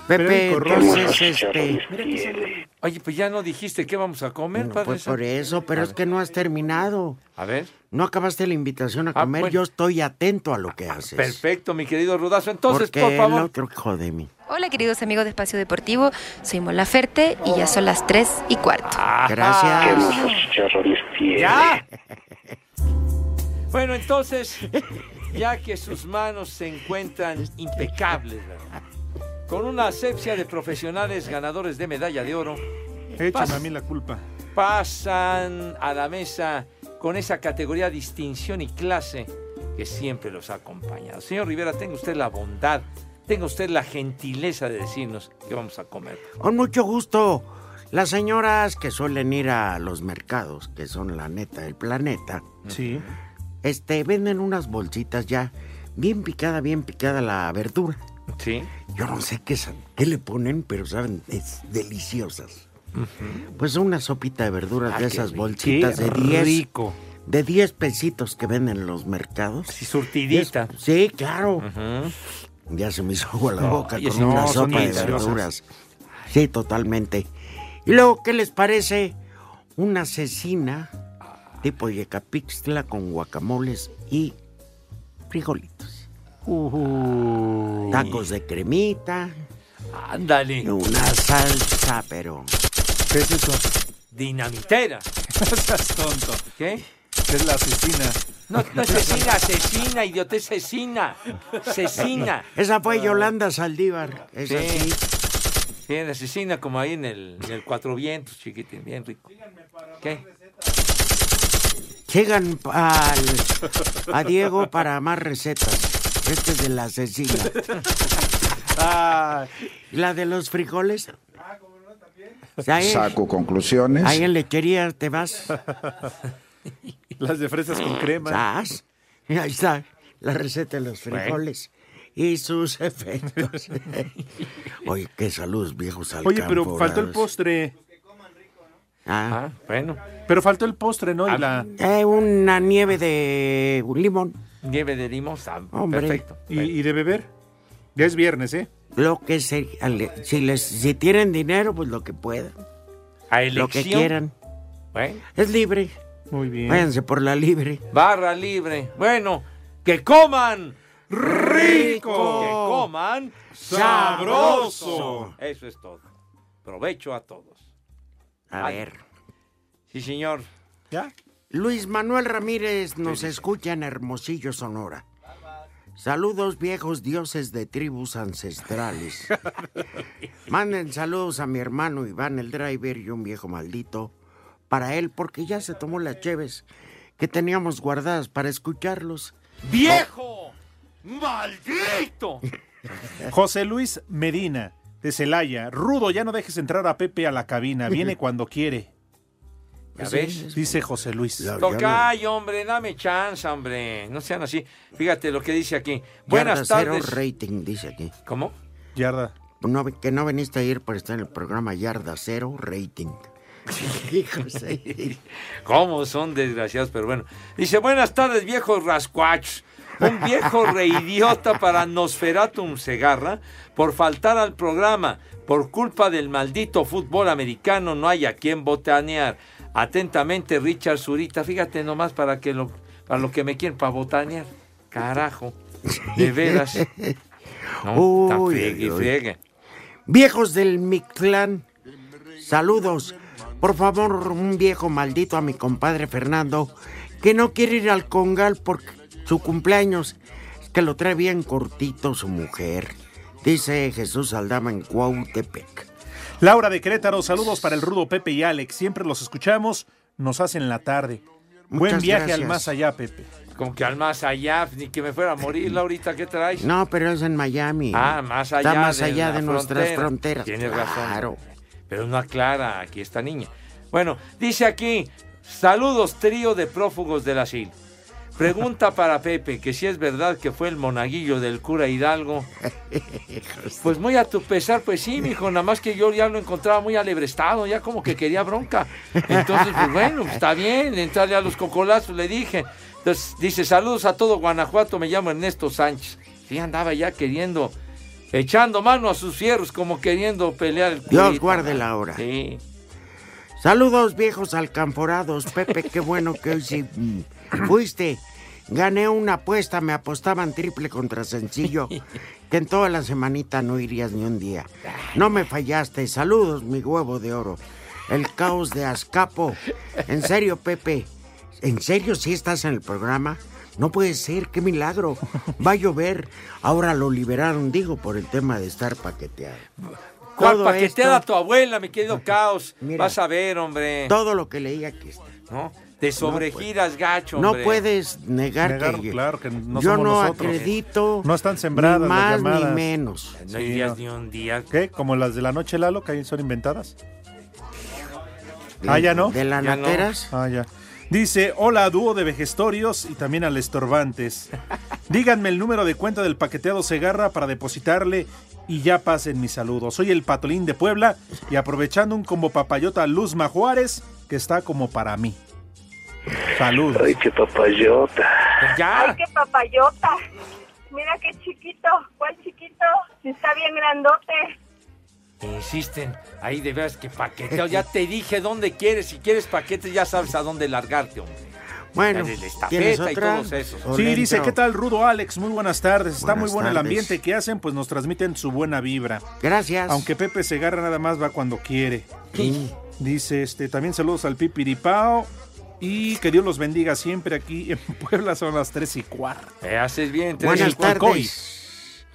S4: Pepe, entonces, este,
S6: Oye, pues ya no dijiste qué vamos a comer,
S4: no,
S6: padre.
S4: pues
S6: santo?
S4: por eso, pero es que no has terminado.
S6: A ver.
S4: No acabaste la invitación a
S6: Ah,
S4: comer,
S6: bueno.
S4: yo estoy atento a lo que haces.
S6: Perfecto, mi querido Rudazo. Entonces,
S4: porque
S6: por favor.
S4: el otro hijo de mí.
S24: Hola, queridos amigos de Espacio Deportivo. Soy Mola Ferte y ya son las 3 y cuarto.
S4: Gracias.
S6: ¿Ya? Bueno, entonces, ya que sus manos se encuentran impecables, ¿verdad? con una asepsia de profesionales ganadores de medalla de oro,
S2: Échame
S6: pas-
S2: a mí la culpa.
S6: pasan a la mesa con esa categoría distinción y clase que siempre los ha acompañado. Señor Rivera, tenga usted la bondad, tenga usted la gentileza de decirnos qué vamos a comer.
S4: Con mucho gusto. Las señoras que suelen ir a los mercados, que son la neta del planeta,
S6: Mm.
S2: Sí.
S4: este, venden unas bolsitas ya bien picada, bien picada la verdura.
S6: Sí.
S4: Yo no sé qué, sa- qué le ponen, pero saben, es deliciosas. Pues una sopita de verduras
S6: Ah,
S4: de
S6: qué
S4: esas
S6: rico.
S4: bolsitas
S6: Qué
S4: de 10.
S6: rico.
S4: De 10 pesitos que venden en los mercados. Sí,
S6: surtidita.
S4: sí, claro. Ya se me hizo agua la
S6: No,
S4: boca
S6: y
S4: con
S6: son-
S4: una
S6: no, son
S4: sopa de
S6: deliciosas.
S4: verduras. Sí, totalmente. Y luego, ¿qué les parece? Una asesina tipo Yecapixtla con guacamoles y frijolitos. Tacos de cremita.
S6: Ándale.
S4: Y una salsa, pero.
S2: ¿Qué es eso?
S6: Dinamitera.
S2: Estás tonto.
S6: ¿Qué?
S2: ¿Qué es la asesina?
S6: No, no es asesina, asesina, idiotez, asesina. Asesina.
S4: Esa fue Yolanda Saldívar. Es así.
S6: Sí. Bien, asesina como ahí en el, en el Cuatro Vientos, chiquitín, bien rico. ¿Qué?
S4: Llegan al- a Diego para más recetas. Este es de la asesina. La de los frijoles. Pues Ahí-
S25: Saco conclusiones.
S4: Ahí en lechería te vas.
S2: Las de fresas
S6: Mm,
S2: con crema.
S4: ¿Sas? Y Ahí está la receta de los frijoles y sus efectos. Oye, qué salud, viejos
S2: Oye, pero faltó el postre.
S4: Ah, Eh,
S6: bueno.
S2: Pero faltó el postre, ¿no? Y
S6: Ah,
S2: la...
S4: una nieve de limón.
S6: Nieve de limón, está
S4: Hombre.
S6: perfecto.
S2: ¿Y, y de beber? Ya es viernes, ¿eh?
S4: Lo que se, al- si les si tienen dinero, pues lo que puedan,
S6: A
S4: lo que quieran.
S6: Bueno.
S4: Es libre.
S2: Muy bien.
S4: Váyanse por la libre.
S6: Barra libre. Bueno, que coman rico. Que coman
S4: sabroso.
S6: Eso es todo. Provecho a todos.
S4: A
S6: Ay.
S4: ver.
S6: Sí, señor.
S2: ¿Ya?
S4: Luis Manuel Ramírez nos escucha en Hermosillo, Sonora. Saludos viejos dioses de tribus ancestrales. Manden saludos a mi hermano Iván el driver y un viejo maldito para él porque ya se tomó las cheves que teníamos guardadas para escucharlos.
S6: ¡Viejo! ¡Maldito!
S2: José Luis Medina, de Celaya. Rudo, ya no dejes entrar a Pepe a la cabina. Viene cuando quiere.
S6: ¿Ya
S2: Así
S6: ves?
S2: es, Dice José Luis.
S6: Tocayo, hombre, dame chance, hombre. No sean así. Fíjate lo que dice aquí. Buenas
S4: Yarda cero
S6: tardes.
S4: rating, dice aquí.
S6: ¿Cómo?
S2: Yarda.
S4: No, que no veniste a ir por estar en el programa Yarda Cero Rating. Hijos, sí.
S6: ¿Cómo son desgraciados? Pero bueno. Dice, buenas tardes, viejos rascuachos. Un viejo reidiota para Nosferatum Segarra por faltar al programa. Por culpa del maldito fútbol americano no hay a quien botanear. Atentamente, Richard Zurita. Fíjate nomás para que lo, para lo que me quieren, para botanear. Carajo. De veras. No, está
S4: Uy,
S6: friegue y
S4: uy, uy.
S6: friegue.
S4: Viejos del Mictlán, saludos. Por favor, un viejo maldito a mi compadre Fernando, que no quiere ir al Congal por su cumpleaños, es que lo trae bien cortito su mujer. Dice Jesús Aldama en Cuautepec.
S2: Laura de Querétaro, saludos para el rudo Pepe y Alex. Siempre los escuchamos, nos hacen la tarde. Buen viaje al
S4: gracias.
S2: más allá, Pepe.
S6: Con que al más allá, ni que me fuera a morir, Laurita, ¿qué traes?
S4: No, pero es en Miami.
S6: Ah, más allá.
S4: Está más
S6: de
S4: allá
S6: la
S4: de, nuestras
S6: frontera.
S4: fronteras.
S6: Tienes
S4: Claro.
S6: razón. Pero no aclara aquí esta niña. Bueno, dice aquí, saludos trío de prófugos del asilo. Pregunta para Pepe, que si es verdad que fue el monaguillo del cura Hidalgo. Pues muy a tu pesar, pues sí, mijo, nada más que yo ya lo encontraba muy alebrestado, ya como que quería bronca. Entonces, pues bueno, pues, está bien, entrarle a los cocolazos, le dije. Entonces, dice, saludos a todo Guanajuato, me llamo Ernesto Sánchez. Sí, andaba ya queriendo, echando mano a sus fierros, como queriendo pelear el
S4: Dios
S6: curita.
S4: guarde la hora.
S6: Sí.
S4: Saludos viejos alcanforados, Pepe, qué bueno que hoy sí mm, fuiste. Gané una apuesta, me apostaban triple contra sencillo, que en toda la semanita no irías ni un día. No me fallaste, saludos mi huevo de oro, el caos de Azcapo. En serio, Pepe, ¿en serio si estás en el programa? No puede ser, qué milagro. Va a llover. Ahora lo liberaron, digo, por el tema de estar paqueteado.
S6: ¿Cuál
S4: Todo
S6: paqueteada
S4: esto-
S6: tu abuela, mi querido Caos? Vas a ver, hombre.
S4: Todo lo que leí aquí está.
S6: ¿No? Te sobregiras, gacho,
S4: No
S6: hombre.
S4: puedes negar
S2: Negar,
S4: que,
S2: claro que no
S4: yo
S2: somos
S4: no
S2: nosotros.
S4: acredito.
S2: No están sembradas
S4: ni
S2: las
S4: más
S2: llamadas.
S4: ni menos.
S6: No irías ni un día.
S2: ¿Qué? ¿Como las de la noche, Lalo, que ahí son inventadas? Ah, ya no.
S4: De las
S2: Ya no.
S4: noteras.
S2: Ah, ya. Dice, hola a dúo de vejestorios y también al estorbantes. Díganme el número de cuenta del paqueteado Segarra para depositarle y ya pasen mi saludo. Soy el Patolín de Puebla y aprovechando un combo papayota Luzma Juárez que está como para mí. Saludos. Ay, qué papayota.
S6: ¡Ya!
S5: Ah.
S17: ¡Ay, qué papayota! Mira qué chiquito. ¿Cuál chiquito? Si está bien grandote.
S6: Insisten, ahí de veras que paqueteo. Ya te dije dónde quieres. Si quieres paquetes, ya sabes a dónde largarte, hombre.
S4: Bueno,
S6: La de la
S4: ¿tienes
S6: estafeta y
S4: otra?
S6: todos esos.
S2: Sí, dice, ¿qué tal, Rudo Alex? Muy buenas tardes. Está
S4: Buenas
S2: muy bueno el
S4: tardes.
S2: ambiente que hacen, pues nos transmiten su buena vibra.
S4: Gracias.
S2: Aunque pues, Pepe Segarra nada más va cuando quiere. Dice, este, también saludos al Pipiripao Y que Dios los bendiga siempre aquí en Puebla, son las 3 y cuarto.
S6: Eh, haces bien. tres y
S4: Buenas
S6: cuarto.
S4: tardes.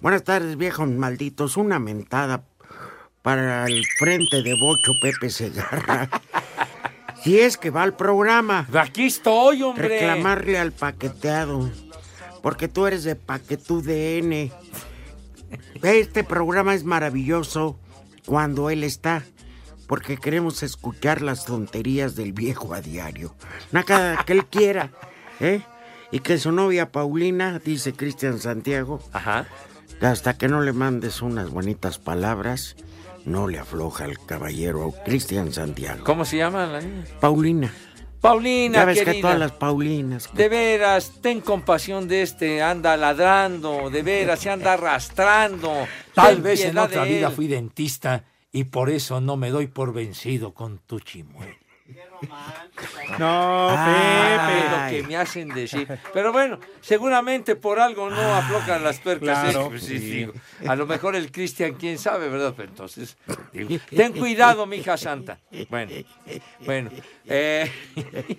S4: Buenas tardes, viejos malditos. Una mentada para el frente de Bocho Pepe Segarra. Si es que va al programa.
S6: Aquí estoy, hombre.
S4: Reclamarle al paqueteado. Porque tú eres de Paquetú DN. Este programa es maravilloso cuando él está. Porque queremos escuchar las tonterías del viejo a diario. Nada que él quiera. ¿eh? Y que su novia Paulina, dice Cristian Santiago, hasta que no le mandes unas bonitas palabras, no le afloja al caballero Cristian Santiago.
S6: ¿Cómo se llama la niña?
S4: Paulina.
S6: Paulina,
S4: ya ves que
S6: querida.
S4: todas las Paulinas.
S6: De veras, ten compasión de este, anda ladrando, de veras, se anda arrastrando.
S25: Tal
S6: Ten
S25: vez en
S6: piedad
S25: otra
S6: de
S25: vida
S6: él.
S25: fui dentista y por eso no me doy por vencido con tu chimuelo.
S2: No,
S6: Ah,
S25: Pepe.
S6: Lo que me hacen decir. Pero bueno, seguramente por algo no aflojan las tuercas. ¿eh?
S25: claro.
S6: Pues sí, digo, A lo mejor el Cristian, quién sabe, ¿verdad? Pero entonces, digo, ten cuidado, mija santa. Bueno, bueno. eh,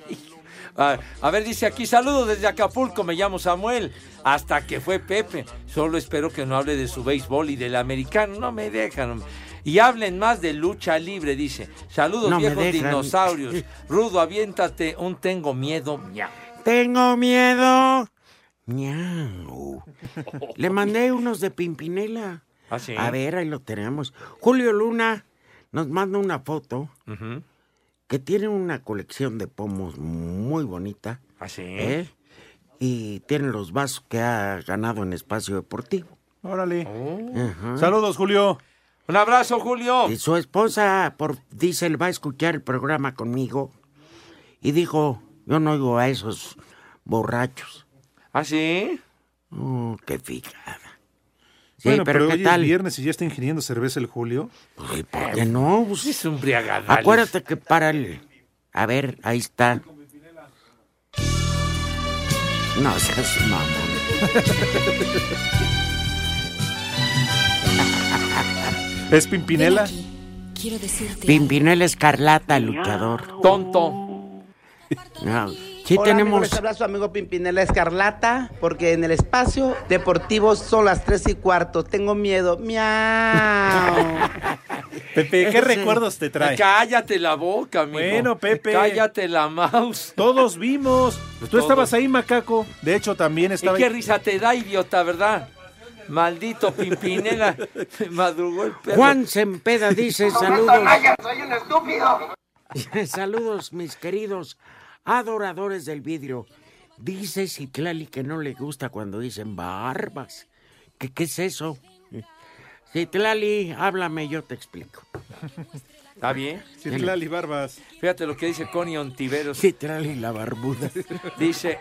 S6: a- a ver, dice aquí, saludos desde Acapulco, me llamo Samuel. Hasta que fue Pepe. Solo espero que no hable de su béisbol y del americano. No me dejan. hombre. Y hablen más de lucha libre, dice. Saludos,
S4: No me
S6: viejos
S4: dejan.
S6: dinosaurios. Rudo, aviéntate un tengo miedo. miau.
S4: Tengo miedo. Miau. Le mandé unos de Pimpinela.
S6: ¿Ah, sí?
S4: A ver, ahí lo tenemos. Julio Luna nos manda una foto
S6: Ujú.
S4: que tiene una colección de pomos muy bonita.
S6: ¿Ah, sí?
S4: ¿eh? Y tiene los vasos que ha ganado en espacio deportivo.
S2: Órale.
S4: Ajá.
S2: Saludos, Julio.
S6: Un abrazo, Julio.
S4: Y su esposa, por él va a escuchar el programa conmigo. Y dijo, yo no oigo a esos borrachos.
S6: ¿Ah, sí?
S4: Oh, qué fijada. Sí,
S2: bueno,
S4: pero,
S2: hoy
S4: ¿qué
S2: es
S4: tal?
S2: viernes y ya está ingiriendo cerveza el Julio.
S4: ¿Por qué no? Pues,
S6: es un briagadal.
S4: Acuérdate que para el... A ver, ahí está. No seas mamón.
S2: ¿Es Pimpinela?
S1: Quiero decirte.
S4: Pimpinela Escarlata, luchador.
S6: Tonto.
S4: No. Sí
S3: Hola, amigos,
S4: tenemos...
S3: les habla su amigo Pimpinela Escarlata, porque en el espacio deportivo son las 3 y cuarto. Tengo miedo.
S4: Ah.
S3: Miau.
S2: Pepe, ¿qué recuerdos te trae?
S6: Cállate la boca, amigo.
S2: Bueno, Pepe.
S6: Cállate la mouse.
S2: Todos vimos.
S4: Pues
S2: Tú
S6: Todos.
S2: estabas ahí, macaco. De hecho, también
S6: ¿Y
S2: estaba
S6: qué
S2: ahí.
S6: risa te da, idiota, verdad? Maldito Pimpinela. Madrugó el perro.
S4: Juan Sempeda dice saludos.
S3: soy un estúpido.
S4: Saludos, mis queridos adoradores del vidrio. Dice Citlali que no le gusta cuando dicen barbas. ¿Qué, qué es eso? Citlali, háblame, yo te explico.
S6: ¿Está bien?
S4: Citlali
S2: Barbas.
S6: Fíjate lo que dice Connie Ontiveros.
S4: Citlali, la barbuda.
S6: Dice,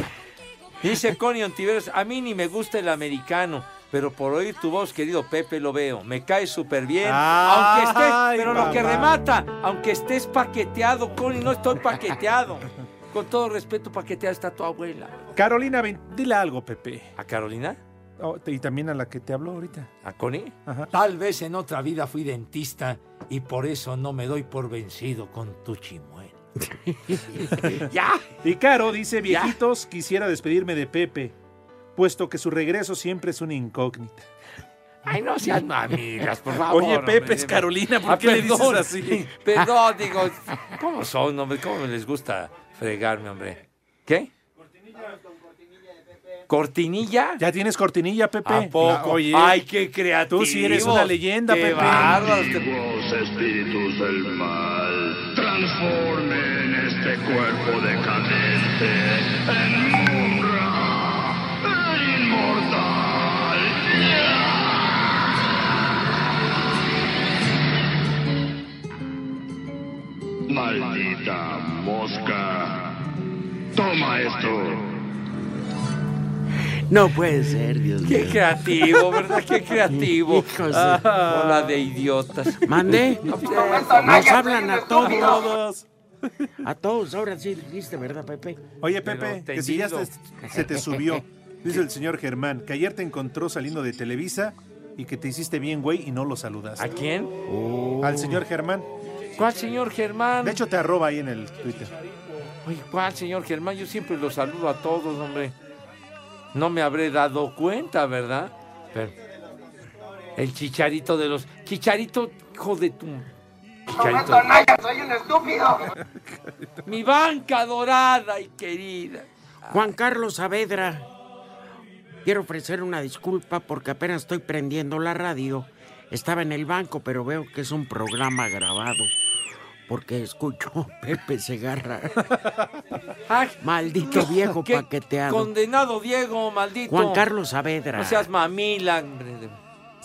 S6: dice Connie Ontiveros, a mí ni me gusta el americano, pero por oír tu voz, querido Pepe, lo veo. Me cae súper bien.
S2: Ay,
S6: aunque estés, pero lo
S2: mamá.
S6: que remata, aunque estés paqueteado, Connie, no estoy paqueteado. Con todo respeto, paqueteada está tu abuela.
S2: Carolina, ven, dile algo, Pepe.
S6: ¿A Carolina?
S2: Oh, te- y también a la que te habló ahorita.
S6: ¿A Connie?
S25: Tal vez en otra vida fui dentista y por eso no me doy por vencido con tu chimuelo.
S2: ya. Y Caro dice, viejitos, quisiera despedirme de Pepe, puesto que su regreso siempre es una incógnita.
S6: Ay, no seas mamilas, por favor.
S2: Oye, Pepe,
S6: hombre,
S2: es
S6: de-
S2: Carolina, ¿por qué le dices así?
S6: Ah, Perdón, digo, ¿cómo son, hombre? ¿Cómo me les gusta fregarme, hombre? ¿Qué? ¿Cortinilla?
S2: ¿Ya tienes cortinilla, Pepe?
S6: ¿A poco?
S2: Ah, oye.
S6: Ay, qué creativo.
S2: Tú sí eres una leyenda,
S6: qué
S2: Pepe.
S6: bárbaros.
S7: Antiguos espíritus del mal, transformen este cuerpo decadente en Mumra, el inmortal. Maldita mosca, toma esto.
S4: No puede ser, Dios mío.
S6: Qué creativo, ¿verdad? Qué creativo.
S4: Hijos de-
S6: Ah, Hola de idiotas.
S4: ¿Mande? Nos hablan a todos.
S2: todos.
S4: A todos, ahora sí dijiste, ¿verdad, Pepe?
S2: Oye, Pepe, que si ya te- se te subió, dice el señor Germán, que ayer te encontró saliendo de Televisa y que te hiciste bien, güey, y no lo saludaste.
S11: oh.
S6: ¿A quién?
S2: Al señor Germán.
S6: ¿Cuál señor Germán?
S2: De hecho, te arroba ahí en el Twitter.
S6: Oye, ¿cuál señor Germán? Yo siempre los saludo a todos, hombre. No me habré dado cuenta, ¿verdad? Pero el chicharito de los... Chicharito, hijo de tu... Chicharito.
S8: soy un estúpido.
S6: Mi banca adorada y querida.
S4: Juan Carlos Saavedra, quiero ofrecer una disculpa porque apenas estoy prendiendo la radio. Estaba en el banco, pero veo que es un programa grabado. Porque escucho a Pepe Segarra. Maldito viejo
S6: qué
S4: paqueteado.
S6: Condenado Diego, maldito.
S4: Juan Carlos Saavedra.
S6: No seas mamila, hombre.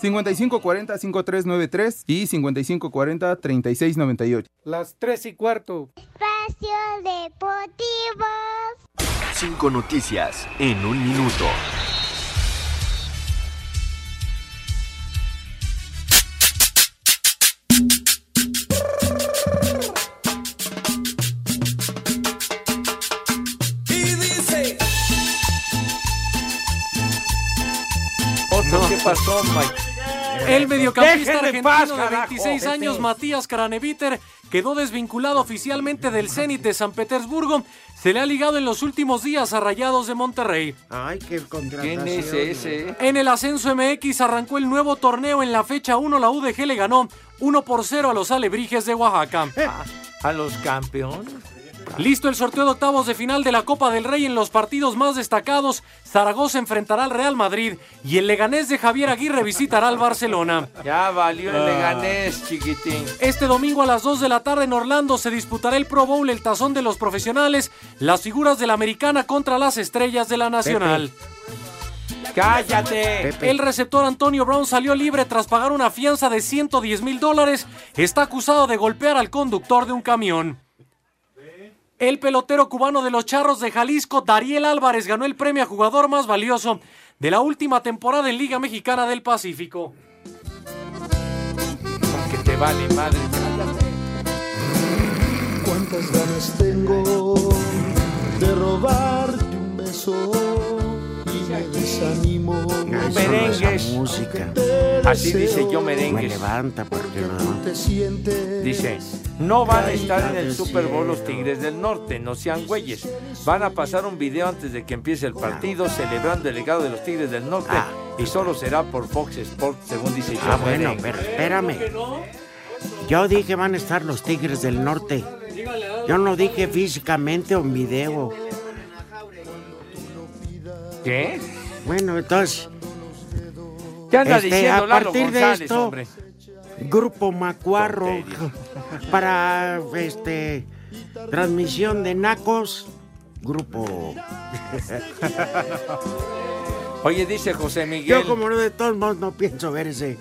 S9: 5540-5393 y 5540-3698.
S1: Las tres y cuarto.
S8: Espacio Deportivo.
S10: Cinco noticias en un minuto.
S8: Y dice.
S6: Otro, ¿qué pasó, Mike?
S11: El mediocampista
S6: Déjenme en
S11: argentino
S6: paz,
S11: de
S6: carajo.
S11: 26
S6: Vete.
S11: años, Matías Craneviter, quedó desvinculado oficialmente del Zenit de San Petersburgo. Se le ha ligado en los últimos días a Rayados de Monterrey.
S4: Ay, qué contratación.
S11: ¿Quién es
S6: ese?
S11: En el ascenso MX arrancó el nuevo torneo. En la fecha 1 la UDG le ganó 1 por 0 a los Alebrijes de Oaxaca.
S6: A los campeones.
S11: Listo el sorteo de octavos de final de la Copa del Rey en los partidos más destacados. Zaragoza enfrentará al Real Madrid y el Leganés de Javier Aguirre visitará al Barcelona.
S6: Ya valió el
S11: Ah.
S6: Leganés, chiquitín.
S11: Este domingo a las 2 de la tarde en Orlando se disputará el Pro Bowl, el tazón de los profesionales, las figuras de la americana contra las estrellas de la nacional.
S6: ¡Cállate!
S11: El receptor Antonio Brown salió libre tras pagar una fianza de 110 mil dólares. Está acusado de golpear al conductor de un camión. El pelotero cubano de los Charros de Jalisco, Dariel Álvarez, ganó el premio a jugador más valioso de la última temporada en Liga Mexicana del Pacífico.
S6: Que te vale madre. cállate.
S12: Cuántas ganas tengo de robarte un beso y me desanimo.
S4: Ah, eso no es la música.
S6: Así dice yo
S4: Me
S6: merengues.
S4: levanta porque no.
S12: Te sientes.
S6: Dice, no van a estar en el Super Bowl los Tigres del Norte, no sean güeyes. Van a pasar un video antes de que empiece el partido celebrando el legado de los Tigres del Norte y solo será por Fox Sports, según dice yo.
S4: Ah, bueno,
S6: Merengues.
S4: pero espérame. Yo dije van a estar los Tigres del Norte. Yo no dije físicamente o en video.
S6: ¿Qué?
S4: Bueno, entonces.
S6: ¿Qué anda
S4: este,
S6: diciendo
S4: a
S6: Lalo
S4: partir
S6: González,
S4: de esto,
S6: hombre?
S4: Grupo Macuarro para este transmisión de Nacos. Grupo.
S6: Oye, dice José Miguel.
S4: Yo como no de todos modos no pienso ver ese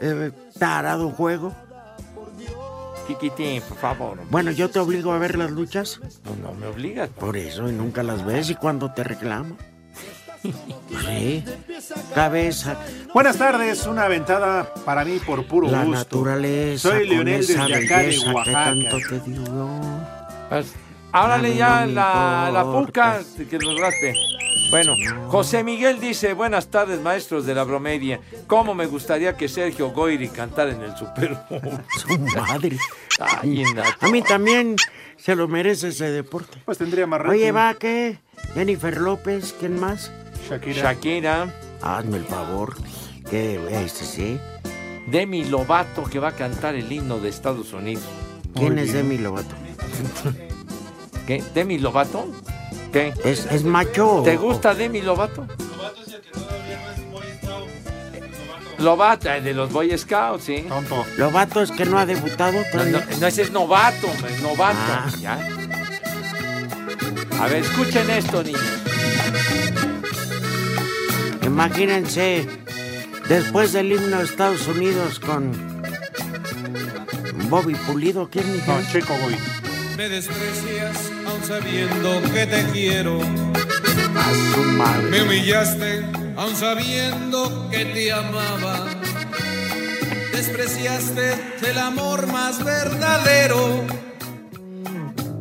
S4: eh, tarado juego.
S6: Chiquitín, por favor.
S4: Bueno, yo te obligo a ver las luchas.
S6: No, no me obligas.
S4: Por eso, y nunca las ves y cuando te reclamo. Sí. Cabeza.
S2: Buenas tardes, una aventada para mí por puro
S4: la
S2: gusto.
S4: naturaleza.
S2: Soy
S4: con
S2: Leonel
S4: esa
S2: desde acá de
S4: belleza que
S2: Oaxaca.
S4: tanto te dio.
S6: Árale Pues, ya
S4: no me
S6: la, la
S4: importa.
S6: puca que nos raspe. Bueno, José Miguel dice, buenas tardes maestros de la bromedia. ¿Cómo me gustaría que Sergio Goyri cantara en el Super Bowl?
S4: Su madre.
S6: Ay,
S4: A mí también se lo merece ese deporte.
S2: Pues tendría más
S4: Oye,
S2: rating.
S4: va, ¿qué? Jennifer López, ¿quién más?
S2: Shakira.
S4: Hazme el favor. Que este sí.
S6: Demi Lovato que va a cantar el himno de Estados Unidos.
S4: ¿Quién es Demi Lovato?
S6: ¿Qué? ¿Demi Lovato? ¿Qué?
S4: ¿Es, es macho? o-
S6: ¿Te gusta Demi Lovato? Lovato eh, de los Boy Scouts, sí.
S4: Lovato es que no ha debutado
S6: No,
S4: todavía.
S6: no, no, ese es novato, hombre, novato.
S4: Ah.
S6: Ya. A ver, escuchen esto, niños.
S4: Imagínense, después del himno de Estados Unidos con Bobby Pulido, ¿quién es? No,
S2: Chico Bobby.
S13: Me desprecias aun sabiendo que te quiero. Me humillaste aun sabiendo que te amaba. Despreciaste el amor más verdadero.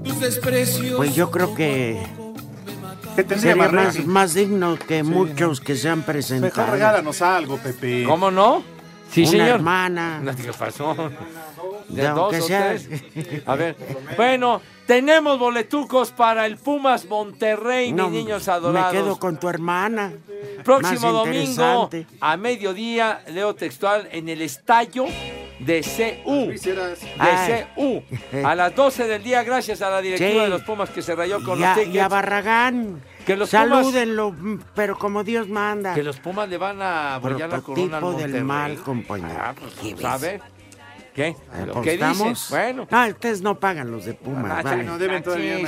S13: Tus desprecios.
S4: Pues yo creo que
S2: tendría
S4: sería
S2: más
S4: más,
S2: rating.
S4: más digno que muchos que se han
S2: Mejor
S4: presentado.
S2: regálanos algo, Pepe.
S6: ¿Cómo no? Sí,
S4: una
S6: señor.
S4: hermana.
S6: No, ¿Qué pasó? De
S4: Ya,
S6: dos
S4: aunque
S6: o
S4: sea.
S6: tres. A ver. Bueno, tenemos boletucos para el Pumas Monterrey,
S4: No,
S6: mis niños
S4: Me
S6: adorados.
S4: quedo con tu hermana.
S6: Próximo
S4: Más
S6: domingo
S4: interesante.
S6: a mediodía, leo textual en el estallo de CU.
S4: Ay.
S6: De CU. A las 12 del día, gracias a la directiva
S4: Sí.
S6: de los Pumas que se rayó con
S4: Y a,
S6: los
S4: y a
S6: tickets.
S4: Barragán.
S6: Que los
S4: Salúdenlo, pero como Dios manda.
S6: Que los Pumas le van a apoyar la corona
S4: Prototipo del
S6: al Monterrey. Ah,
S4: mal, compañero. ¿Qué ves?
S6: ¿Sabe? pues, ¿Qué? ¿Lo que
S4: ¿Apostamos?
S6: dices? Bueno.
S4: Ah, ustedes no pagan los de Pumas.
S6: Ah,
S4: vale.
S6: sí,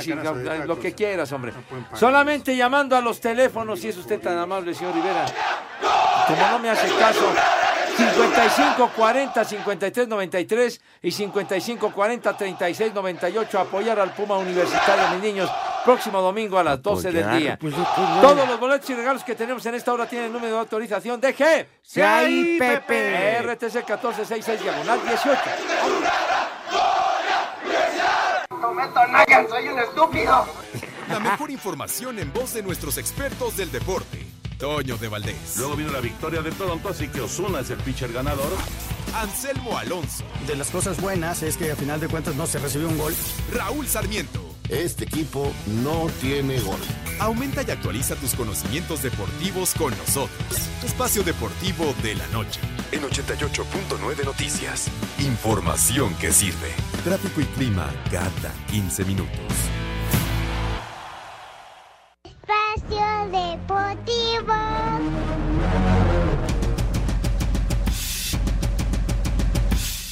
S6: sí, sí, lo- lo que quieras, hombre. Solamente llamando a los teléfonos, si es usted tan amable, señor Rivera. Como no me hace caso. 55 40 53 93 y 55 40 36 98 apoyar al Puma Universitario, mis niños. Próximo domingo a las 12 del
S4: Apoyar,
S6: día.
S4: pues, yo qué
S6: Todos los boletos y regalos que tenemos en esta hora tienen el número de autorización de G.
S4: Sí, Pepe.
S6: RTC 1466 diagonal 18.
S8: soy un estúpido.
S5: La mejor información en voz de nuestros expertos del deporte. Toño de Valdés.
S14: Luego vino la victoria de Toronto, así que Osuna es el pitcher ganador.
S5: Anselmo Alonso.
S15: De las cosas buenas es que a final de cuentas no se recibió un gol.
S5: Raúl Sarmiento.
S15: Este equipo no tiene gol.
S5: Aumenta y actualiza tus conocimientos deportivos con nosotros. Espacio Deportivo de la Noche. En 88.9 Noticias. Información que sirve. Tráfico y clima cada 15 minutos.
S8: Espacio Deportivo.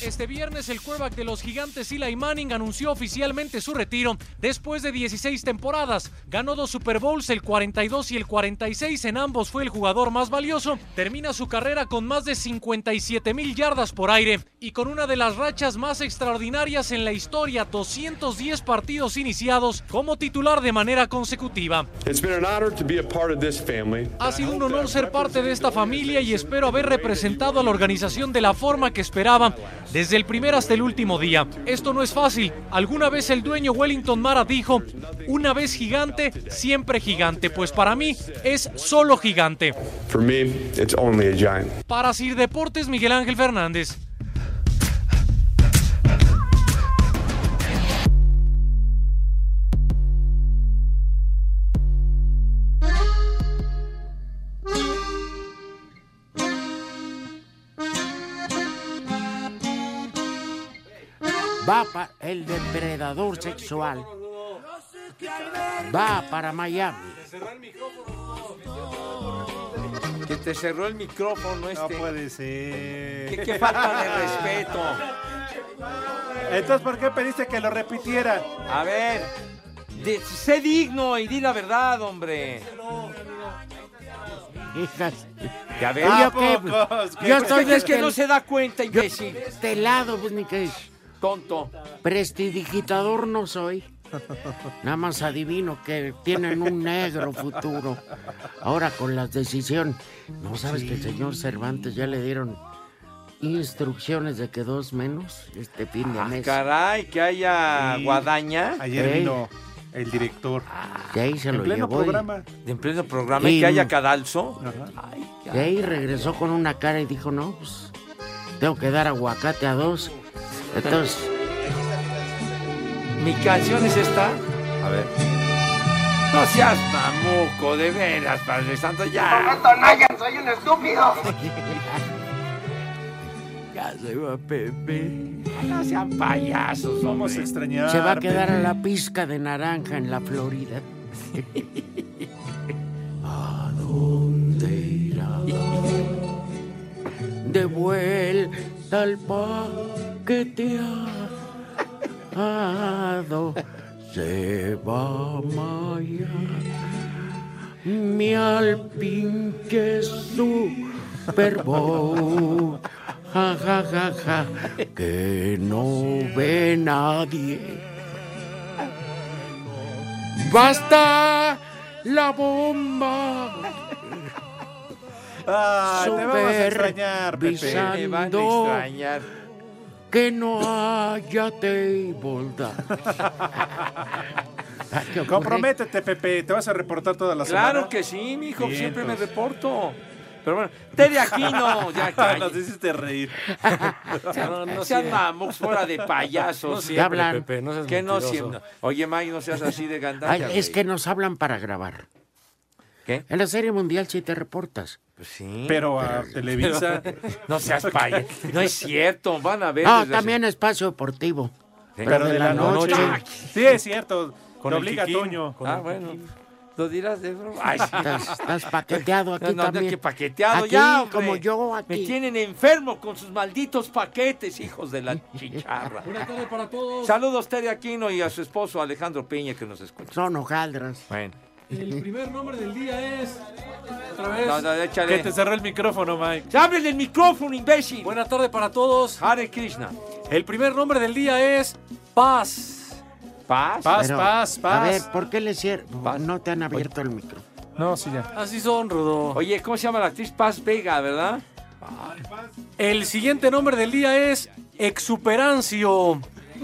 S11: Este viernes el quarterback de los gigantes Eli Manning anunció oficialmente su retiro después de 16 temporadas. Ganó dos Super Bowls, el 42 y el 46, en ambos fue el jugador más valioso. Termina su carrera con más de 57 mil yardas por aire y con una de las rachas más extraordinarias en la historia, 210 partidos iniciados como titular de manera consecutiva.
S16: It's been an honor to be a part of this family.
S11: Ha sido un honor ser parte de esta familia y espero haber representado a la organización de la forma que esperaba, desde el primer hasta el último día. Esto no es fácil. Alguna vez el dueño Wellington Mara dijo, una vez gigante, siempre gigante, pues para mí es solo gigante.
S16: For me, it's only a giant.
S11: Para Sir Deportes, Miguel Ángel Fernández.
S4: Va pa- el depredador sexual. Va para Miami.
S6: Que te cerró el micrófono este.
S2: No puede ser.
S6: Qué, qué falta de respeto.
S2: Entonces, ¿por qué pediste que lo repitiera?
S6: A ver, di- sé digno y di la verdad, hombre.
S4: Hijas.
S6: Ya ves.
S4: ¿Y
S6: ¿A
S4: yo qué?
S6: pocos? ¿Qué
S4: Yo estoy
S6: crees que
S4: desde
S6: no
S4: el-
S6: se da cuenta,
S4: Yo-
S6: imbécil?
S4: de Este lado, pues ni que es.
S6: Tonto.
S4: Prestidigitador no soy. Nada más adivino que tienen un negro futuro. Ahora con las decisiones. ¿No sabes que el señor Cervantes ya le dieron instrucciones de que dos menos este fin de
S6: Ah,
S4: mes?
S6: caray, que haya
S4: Sí.
S6: guadaña.
S4: Ayer Ey. vino
S6: el director.
S4: Y ahí se lo llevó. y-
S6: En pleno programa.
S4: Y-
S6: Y que haya cadalso.
S4: Y ahí regresó con una cara y dijo, no, pues tengo que dar aguacate a dos. Entonces,
S6: Mi canción es esta. A ver. No seas mamuco, de veras, Padre Santo, ya.
S8: soy un estúpido.
S6: Ya se va Pepe. No sean payasos,
S2: Vamos a
S6: hombre.
S2: extrañar.
S4: se va a quedar a
S2: Pepe.
S4: la pizca de naranja en la Florida. De vuelta al paqueteado se va Maya, mi al pinche Super Bowl. Ja, ja, ja, ja, que no ve nadie. ¡Basta la bomba!
S2: Ay, te vamos a extrañar,
S6: este.
S4: Supervisando
S2: Pepe. Me van a extrañar.
S4: Que no haya table dance.
S2: Comprométete, Pepe. Te vas a reportar toda la semana.
S6: Claro que sí, mijo,
S2: Bien,
S6: siempre me
S2: entonces.
S6: reporto. Pero bueno, Tere Aquino, ya
S2: Nos
S6: cállate.
S2: hiciste reír.
S6: No, no sean mamox fuera de payasos.
S4: No siempre, Hablan. Pepe, no seas
S6: que no
S4: mentiroso.
S6: siempre. Oye, Mike, no seas así de
S4: Ay,
S6: gandalla.
S4: es
S6: güey.
S4: que nos hablan para grabar.
S6: ¿Qué?
S4: En la Serie Mundial sí te reportas.
S6: Pues sí.
S2: Pero a Televisa.
S6: No seas payaso. No es cierto, van a ver.
S4: No,
S6: desde hace-
S4: Ah, también espacio deportivo.
S6: Sí. Pero de la noche.
S2: Ah, Sí, es cierto.
S6: Con
S2: Te
S6: el
S2: obliga
S6: Kikín,
S2: Toño.
S6: con Ah, el bueno. Kikín. Lo dirás de broma.
S4: Estás- estás paqueteado aquí
S6: No, no, no,
S4: también.
S6: que paqueteado
S4: Aquí,
S6: ya, hombre.
S4: como yo aquí.
S6: Me tienen enfermo con sus malditos paquetes, hijos de la chicharra.
S11: Buenas tardes para todos.
S6: Saludos, Tere Aquino, y a su esposo Alejandro Piña, que nos escucha.
S4: Son hojaldras.
S6: Bueno.
S11: El primer nombre del día es. Otra vez.
S6: No, no, échale.
S2: Que te cerró el micrófono, Mike.
S6: ¡Ábrele el micrófono, imbécil!
S11: Buenas tardes para todos.
S6: Hare Krishna.
S11: El primer nombre del día es Paz.
S6: Paz.
S2: Paz,
S4: Pero,
S2: paz, paz.
S4: A ver, ¿por qué le cierran? No te han abierto el micro.
S2: No, sí, ya.
S11: Así son, Rudo.
S6: Oye, ¿cómo se llama la actriz Paz Vega, verdad?
S11: El siguiente nombre del día es Exuperancio.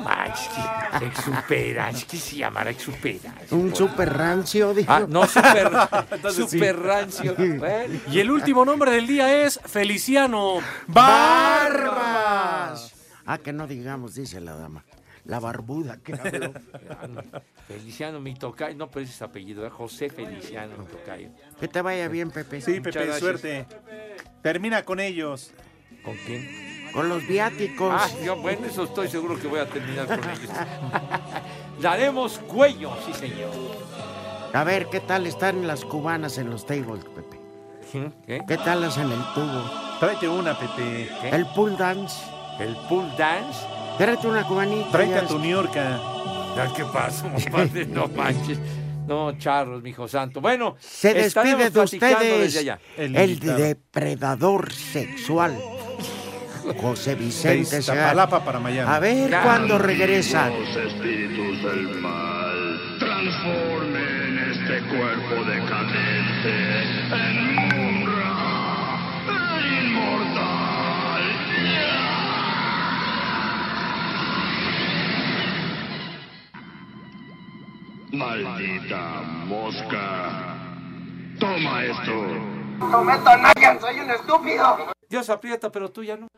S6: Ay, es que exupera, es que se llamará exupera.
S4: Un super rancio, dijo.
S6: Ah, no, super,
S2: Entonces sí.
S6: super rancio. Bueno.
S11: Y el último nombre del día es Feliciano.
S4: ¡Barbas! Ah, que no digamos, dice la dama. La barbuda que habló.
S6: Feliciano, mi tocayo. No, pero ese es apellido, ¿eh? José Feliciano, mi tocayo.
S4: Que te vaya bien, Pepe.
S2: Sí, Pepe,
S6: gracias.
S2: suerte. Termina con ellos.
S6: ¿Con quién?
S4: Con los viáticos.
S6: Ah, yo, bueno, eso estoy seguro que voy a terminar con ellos. Daremos cuello, sí, señor.
S4: A ver, ¿qué tal están las cubanas en los tables, Pepe?
S6: ¿Qué?
S4: ¿Qué tal las en el tubo?
S2: Tráete una, Pepe.
S4: El pool dance.
S6: ¿El pool dance?
S4: Tráete una cubanita.
S2: Tráete
S4: ya
S2: a tu
S4: ves.
S2: New Yorka.
S6: Ya, ¿Qué pasa, compadre? No manches. No, charros, mijo santo. Bueno,
S4: Se
S6: estaremos
S4: despide de
S6: platicando desde
S4: ustedes
S6: allá.
S2: El
S4: el,
S2: invitado.
S4: depredador sexual. José Vicente Segarra.
S2: Iztapalapa para Miami.
S4: A ver
S6: Ya.
S4: cuándo regresa.
S7: Los espíritus del mal transformen este cuerpo decadente en Munra, el inmortal. Maldita mosca, toma esto.
S8: Cometa Nayan, soy un estúpido.
S6: Dios aprieta, pero tú ya no.